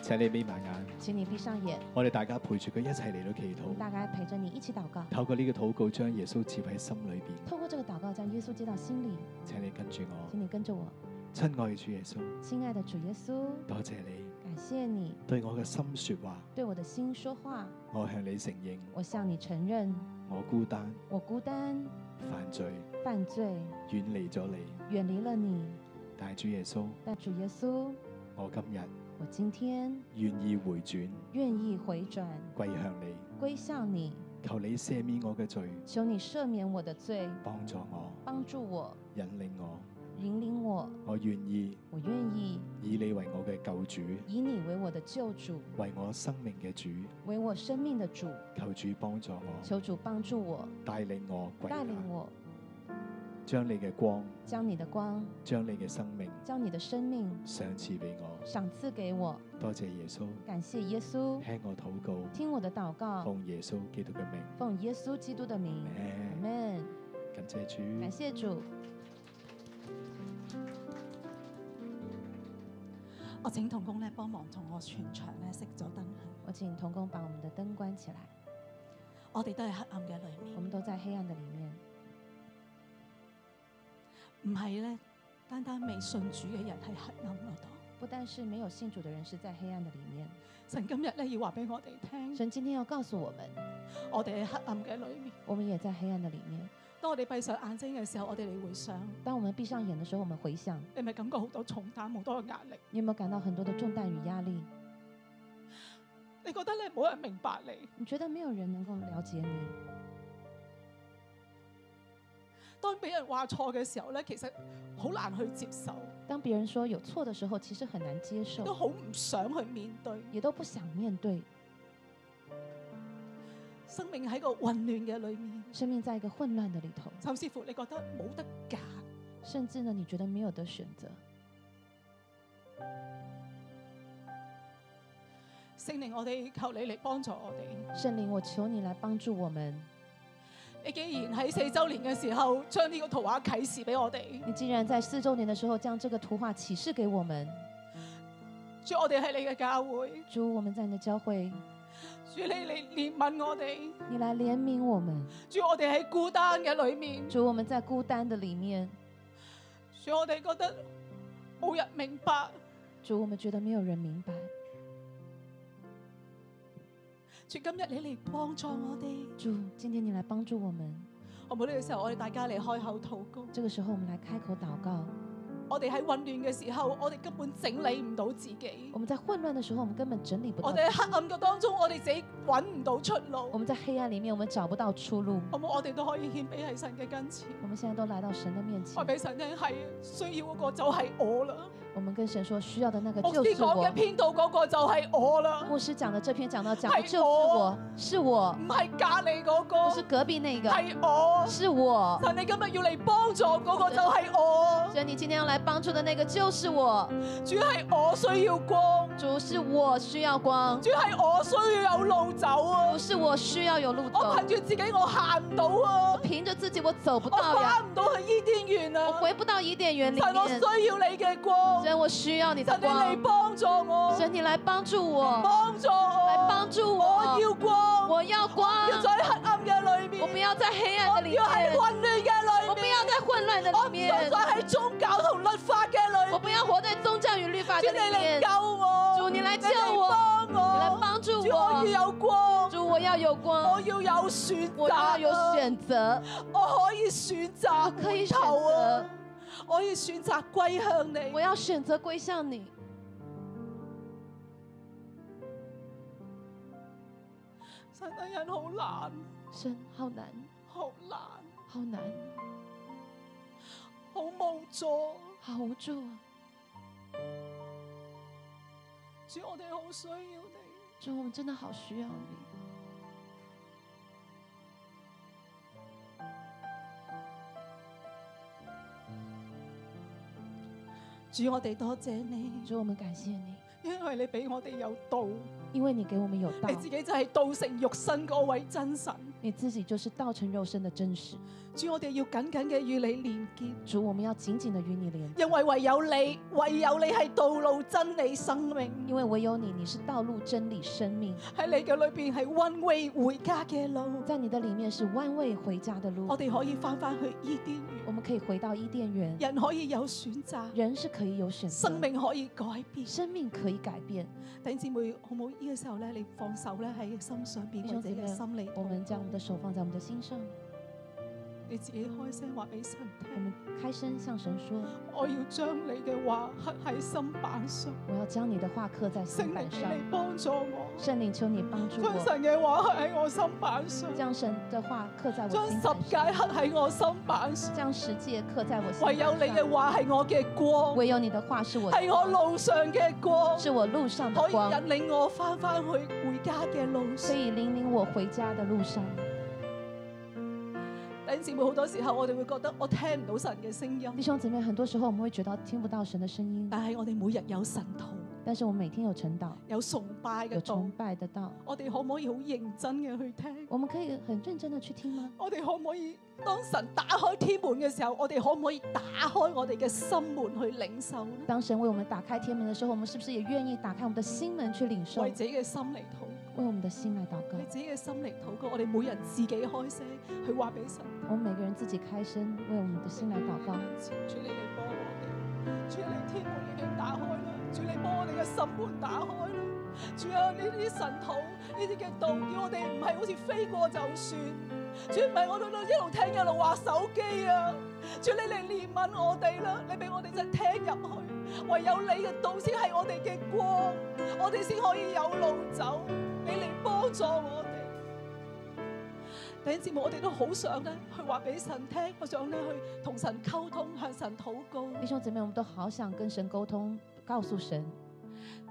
A: 請你眯埋眼，
B: 请你闭上眼，
A: 我哋大家陪住佢一齊嚟到祈
B: 我们
A: 禱，
B: 大家陪着你一起祷告。
A: 透過呢個禱告將耶穌接喺心裏邊。
B: 透过这个祷告，将耶稣接到心里，
A: 請你跟住我，
B: 请你跟着我，
A: 親愛嘅主耶穌，
B: 亲爱的主耶稣，
A: 多謝你
B: 感谢你
A: 對我嘅心説話，
B: 对我的心说话，
A: 我向你承認
B: 我向你承认
A: 我孤單、
B: 我孤单、
A: 犯罪、
B: 犯罪，
A: 遠離咗你。
B: 远离了你。
A: 但係主耶穌，
B: 但主耶稣，
A: 我今日
B: 我今天
A: 願意回轉
B: 愿意回转，
A: 歸向你，
B: 归向你，
A: 求你赦免我嘅罪，
B: 求你赦免我的罪，
A: 幫助我，
B: 帮助我，
A: 引領我，
B: 引领我。
A: 我願意
B: 我愿意
A: 以你為我嘅救主，
B: 以你为我的救主，
A: 為我生命嘅主，
B: 为我生命的主。
A: 求主幫助我，
B: 求主帮助我，
A: 帶領我歸
B: 带领
A: 向，
B: 我，
A: 將你嘅光，
B: 将你的光，
A: 將你嘅生命
B: 将你的生命
A: 賞賜俾我。
B: 赏赐给我。
A: 多謝耶穌，
B: 感谢耶稣，
A: 聽我禱告，
B: 听我的祷告，
A: 奉耶穌基督嘅名，
B: 奉耶稣基督的名，阿
A: 阿
B: 门。
A: 感謝主。
B: 感谢主。
G: 我請童工咧幫忙同我全場咧熄咗燈去，
B: 我请童工把我们的灯关起来，
G: 我哋都係黑暗嘅裏
B: 我
G: 面，
B: 们都在黑暗的里面，
G: 唔係咧單單未信主嘅人喺黑暗嗰度。
B: 不但是没有信主的人是在黑暗的里面。
G: 神今日咧要話俾我哋聽，
B: 神今天要告诉我们，
G: 我哋喺黑暗嘅裏面。
B: 我们也在黑暗的里面。
G: 當我哋閉上眼睛嘅時候，我哋嚟回想，
B: 当我们闭上眼的时候，我们回想，
G: 你咪感覺好多重擔、好多嘅壓力。
B: 你有没有感到很多的重担与压力？
G: 你覺得咧冇人明白你。
B: 你觉得没有人能够了解你？
G: 當俾人話錯嘅時候咧，其實好難去接受，
B: 当别人说有错的时候，其实很难接
G: 都
B: 受，
G: 好唔想去面對。
B: 也都不想面對。
G: 生命喺個混亂嘅裏面，
B: 生命在一个混乱的里头，
G: 甚至乎你覺得冇得揀。
B: 甚至呢，你觉得没有得选择。
G: 聖靈，我哋求你嚟幫助我哋。
B: 圣灵，我求你来帮助我们。
G: 你既然喺四周年嘅時候將呢個圖畫啟示俾我哋，
B: 你竟然在四周年的时候将这个图画启示给我们，
G: 主我哋係你嘅教會，
B: 主，我们在你的教会，
G: 主你嚟憐憫我哋，
B: 你来怜悯我们，
G: 主我哋喺孤單嘅裏面，
B: 主，我们在孤单的里面，
G: 主我哋覺得冇人明白，
B: 主，我们觉得没有人明白，
G: 主今日你嚟幫助我哋，
B: 主，今天你来帮助我们。
G: 好唔好？呢個時候我哋大家嚟開口禱告，
B: 这个时候，我们来开口祷告。
G: 我哋喺混亂嘅時候，我哋根本整理唔到自己
B: 我，们在混乱的時候，我們根本整理不到
G: 我。哋喺黑暗嘅當中，我哋自己揾唔到出路
B: 我，們在黑暗里面，我們找不到出路。
G: 好唔好？我哋都可以獻俾喺神嘅跟前，
B: 我們現在都來到神的面前
G: 話，俾神聽係需要嗰個就係我啦。
B: 我們跟神說，需要的那個
G: 牧
B: 就
G: 師
B: 是
G: 講嘅
B: 我。
G: 編導嗰個就係我啦，
B: 牧師講的這篇講到講的就是
G: 係我
B: 我，是我
G: 唔，係隔離嗰
B: 不是
G: 個，
B: 隔壁那個，
G: 係我。
B: 是我。
G: 神，你今日要嚟幫助嗰個就係我，
B: 所以你今天要來幫助的那個就是我。
G: 主係我需要光，
B: 主是我需要光，
G: 主係我需要有路走啊
B: 不！是我需要有路
G: 我
B: 走
G: 憑。住自己我行唔到啊，
B: 憑着自己我走不
G: 我
B: 到呀，
G: 翻唔到去伊甸園
B: 我
G: 啊！
B: 回不到伊甸園
G: 神，
B: 裡
G: 我
B: 面。
G: 需要你嘅光，神
B: 神，我需要你的
G: 你
B: 光，
G: 嚟幫助我，
B: 神你來幫助我，
G: 幫助
B: 來
G: 我，
B: 幫助
G: 我
B: 我。
G: 要光，
B: 我要光，
G: 要在黑暗嘅裏面，
B: 我不要在黑暗的里
G: 要喺
B: 面，
G: 混亂嘅
B: 我
G: 裏
B: 不
G: 面。
B: 要在混乱的
G: 我
B: 里
G: 唔想
B: 面
G: 再，喺宗教同律法嘅裏
B: 我不要活在宗教与律法的
G: 面，主
B: 里
G: 你嚟
B: 面。
G: 救我，
B: 主你嚟救
G: 你
B: 我
G: 嚟幫
B: 你来
G: 我，
B: 帮助
G: 主我
B: 我，
G: 要有光，
B: 主我要有
G: 我
B: 光，
G: 要有選擇，啊
B: 我要有，选择，
G: 我可以選
B: 我
G: 擇
B: 可以
G: 回
B: 选
G: 頭啊
B: 择，，
G: 我可以選擇歸向你
B: 我。要选择归向你。
G: 神啊，人好難，
B: 神好难，
G: 好難，
B: 好难，
G: 好無助。
B: 好无助啊！
G: 主，我哋好需要你，
B: 主，我们真的好需要你。
G: 主，我哋多謝你，
B: 主，我们感谢你，
G: 因因為你俾我哋有道，
B: 因为你给我们有道
G: 你，哎自己就係道成肉身嗰位真神。
B: 你自己就是道成肉身的真实。
G: 主，我哋要緊緊嘅與你連結，
B: 主，我们要紧紧的与你连，
G: 因為唯有你，唯有你係道路、真理、生命。
B: 因为唯有你，你是道路、真理、生命，
G: 喺你嘅裏邊係 one way 回家嘅路，
B: 在你的里面是弯位回家的路
G: 我。哋可以翻返去伊甸
B: 我
G: 園，
B: 们可以回到伊甸园，
G: 人可以有選擇，
B: 人是可以有选择，
G: 生命可以改變。
B: 生命可以改变。
G: 弟兄姊妹，好唔好？呢個時候咧，你放手咧喺心上邊
B: 弟兄
G: 或者
B: 姊妹
G: 你心裏，
B: 我们将我們的手放在我们的心上，
G: 你自己開聲話俾神
B: 我
G: 聽，
B: 们开声向神说：
G: 我要將你嘅話刻喺心板上，
B: 我要将你的话刻在
G: 聖
B: 心
G: 靈
B: 板上。
G: 你幫助我，
B: 圣灵，求你帮助
G: 將
B: 我，
G: 神嘅話刻喺我心板上，
B: 将神的话刻在我
G: 將
B: 心
G: 十
B: 板上，
G: 戒刻喺我心板上。
B: 将十诫刻在我心
G: 唯有你
B: 板上
G: 嘅。話係我嘅光，
B: 唯有你的话是我的
G: 係我路上嘅光，
B: 是我路上的
G: 可以
B: 光，
G: 引領我翻返去回家嘅路
B: 可
G: 上。
B: 以引领我回家的路上。
G: 弟兄姊妹，好多時候我哋會覺得我聽唔到神嘅聲
B: 弟
G: 音，
B: 兄姊妹，很多时候我们会觉得听不到神的声音，
G: 但係我哋每日有神道，
B: 但是我们每天有晨祷，
G: 有崇拜
B: 有
G: 嘅道
B: 崇。拜的道，
G: 我哋可唔可以好認真嘅去聽？
B: 我们可以很认真的去聽嗎？
G: 我哋可唔可以當神打開天門嘅時候，我哋可唔可以打開我哋嘅心門去領受呢？
B: 当神为我们打开天门的时候，我们是不是也愿意打开我们的心门去领受，
G: 為
B: 为
G: 自己嘅心嚟禱告，
B: 我们的心来祷告
G: 為？自己嘅心嚟禱告。我哋每人自己開聲去話俾神。
B: 我们每个人自己开声，为我们的心来祷告。
G: 主你嚟幫我哋，主你天門已經打開啦，主你幫我哋嘅心門打開啦。主啊，呢啲神土，呢啲嘅道，叫我哋唔係好似飛過就算。主唔係我哋一路聽一路話手機啊！主你嚟憐憫我哋啦，你俾我哋真係聽入去，唯有你嘅道先係我哋嘅光，我哋先可以有路走。你嚟幫助我哋。第一節目我哋都好想咧去話俾神聽，我想咧去同神溝通，向神禱告。
B: 弟兄姊妹，我们都好想跟神沟通，告诉神，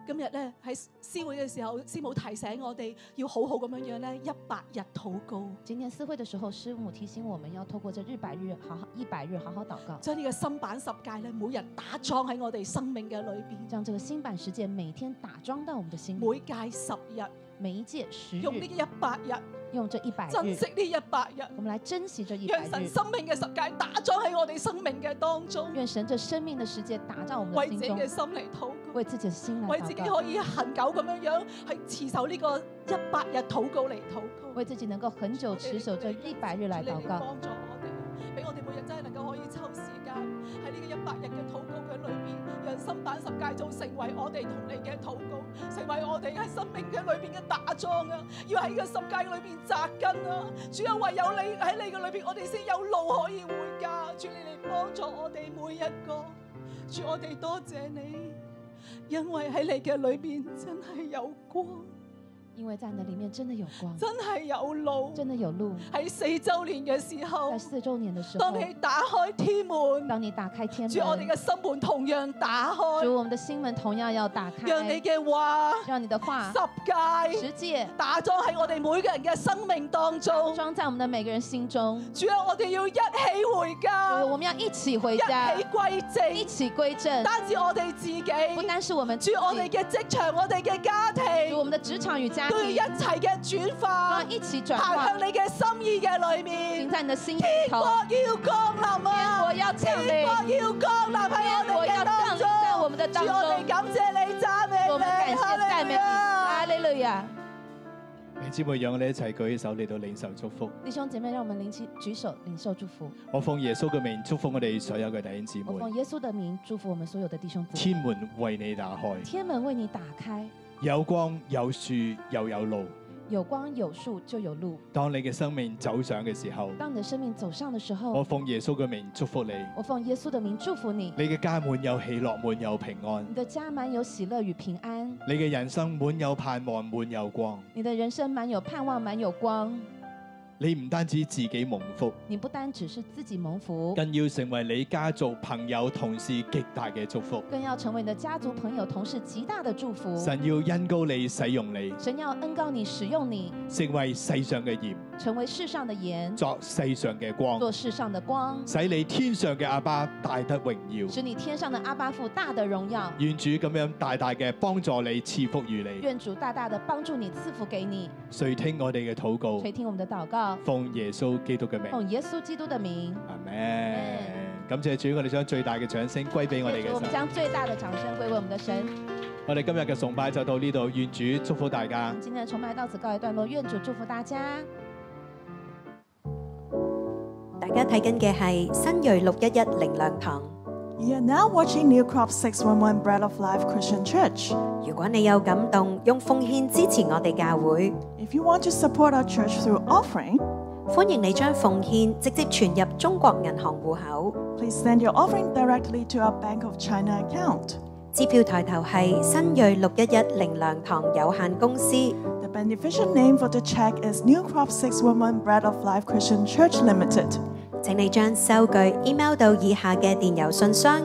G: 今日咧喺師會嘅時候，師母提醒我哋要好好咁樣樣咧一百日禱告，
B: 今天私会的时候，师母提醒我们要透过这日百日好好一百日好好祷告，
G: 將呢個心版十戒咧每日打裝喺我哋生命嘅裏邊，
B: 将这个新版实践每天打桩到我们的心里。
G: 每戒十日，
B: 每一届十
G: 用呢
B: 日，
G: 一百日
B: 用这一百
G: 珍
B: 日，
G: 惜呢一百日，
B: 我们来珍惜这一百
G: 讓神
B: 日，
G: 生命嘅十戒打裝喺我哋生命嘅當中，
B: 愿神这生命的世界打造我们的
G: 為自
B: 心
G: 己
B: 中
G: 嘅，心嚟禱告。
B: 为自己的心来
G: 為自己
B: 祷告，
G: 可以恒久咁樣樣係持守呢個一百日禱告嚟禱告。
B: 为自己能够很久持守这一百日来祷告。
G: 幫助我哋，俾我哋每日真係能夠可以抽時間喺呢個一百日嘅禱告嘅裏邊，讓心版十戒做成為我哋同你嘅禱告，成為我哋喺生命嘅裏邊嘅打樁啊！要喺呢個十戒裏邊扎根啊！主啊，唯有你喺你嘅裏邊，我哋先有路可以回家。主你嚟幫助我哋每一個，主我哋多謝你，因為喺你嘅裏邊真係有光，
B: 因为在你的里面真的有光，
G: 真係有路。
B: 真的有路。
G: 喺四週年嘅時候
B: 在。四周年的时候
G: 當，你打開天門，
B: 当你打开天
G: 主我哋
B: 门，
G: 嘅心門同樣打開，
B: 主我们的心门同样要打开，
G: 讓你嘅話
B: 让你的话
G: 十戒
B: 十诫
G: 打咗喺我哋每個人嘅生命當中。
B: 装在我们的每个人心中。
G: 主啊，我哋要一起回家，
B: 我们要一起回
G: 啊一
B: 家，
G: 起歸
B: 一
G: 正，
B: 起归正
G: 唔，單止我哋自己，
B: 不单是我们自
G: 主我哋
B: 己，
G: 嘅職場、我哋嘅家
B: 主我
G: 庭
B: 们的职场与家
G: 都要
B: 庭
G: 一齊嘅轉
B: 都
G: 化
B: 要，一起转
G: 行
B: 化
G: 向。你嘅心意嘅裏面
B: 停。在你的心里
G: 天
B: 头
G: 國，要降臨啊！
B: 我要
G: 天
B: 降临，
G: 國要降臨喺我
B: 我
G: 哋嘅
B: 要
G: 當
B: 降临
G: 中。
B: 在我们的当
G: 主，
B: 中。
G: 我哋感謝你，讚美你，
B: 我们感谢赞美你，
G: 哈
B: 哈
G: 利路亞
B: 利路亚！
A: 弟兄姊妹，讓我哋一齊舉起手嚟到領受祝福。
B: 弟兄姐妹，让我们领起举手领受祝福。
A: 我奉耶穌嘅名祝福我哋所有嘅弟兄姊
B: 我奉
A: 妹。
B: 耶穌的名祝福我们所有的弟兄姊妹，
A: 天門為你打開，
B: 天门为你打开，
A: 有光有樹又有路。
B: 有光有树就有路。
A: 當你嘅生命走上嘅時候，
B: 当你的生命走上的时
A: 我
B: 候，
A: 奉耶穌嘅名祝福你。
B: 我奉耶穌的名祝福你，
A: 你嘅家滿有喜樂，滿有平安
B: 你。的家满有喜乐与平安，
A: 你嘅人生滿有盼望，滿有光。
B: 你的人生满有盼望，满有光。
A: 你唔單止自己蒙福，
B: 你不單只是自己蒙福，
A: 更要成為你家族、朋友、同事極大嘅祝福。
B: 更要成为你的家族、朋友、同事极大的祝福。
A: 神要恩高你，使用你，
B: 神要恩告你，使用你，
A: 成為世上嘅鹽，
B: 成为世上的盐，
A: 作世上嘅光，
B: 做世上的光，
A: 使你天上嘅阿爸大得榮耀。
B: 使你天上的阿巴父大的荣耀。
A: 願主咁樣大大嘅幫助你，賜福於你。
B: 愿主大大的帮助你，赐福给你。
A: 垂聽我哋嘅禱告
B: 垂，听我们的祷告，
A: 奉耶穌基督嘅名，
B: 奉耶稣基督的名。
A: 阿門。感謝主，我哋將最大嘅掌聲歸俾我哋嘅
B: 主我们
A: 神。
B: 将最大的掌声归为我们的神。
A: 我哋今日嘅崇拜就到呢度，願主祝福大
B: 我
A: 家
B: 们。今天的崇拜到此告一段落，愿主祝福大家。
H: 大家睇緊嘅係新锐六一一靈糧堂。
G: You are now watching New Crop 611 Bread of Life Christian Church.
H: 如果你有感動，用奉獻支持我哋教會，
G: If you want to support our church through offering,
H: 歡迎你將奉獻直接存入中國銀行户口。
G: please send your offering directly to our Bank of China account.
H: 支票抬頭係新锐六一一靈糧堂有限公司，
G: The beneficial name for the check is New Crop 611 Bread of Life Christian Church Limited.
H: 請你將收據 email 到以下嘅電郵信箱。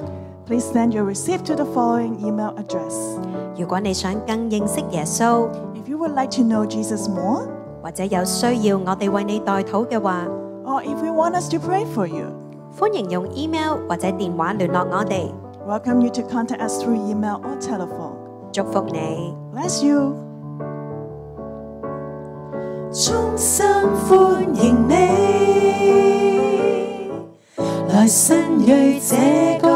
G: Please send your receipt to the following email address.
H: 如果你想更認識耶穌，
G: If you would like to know Jesus more,
H: 或者有需要我哋為你代禱嘅話，
G: or if you want us to pray for you,
H: 歡迎用 email 或者電話聯絡我哋。
G: welcome you to contact us through email or telephone.
H: 祝福你。
G: Bless you.
I: 衷心歡迎你，來新锐這個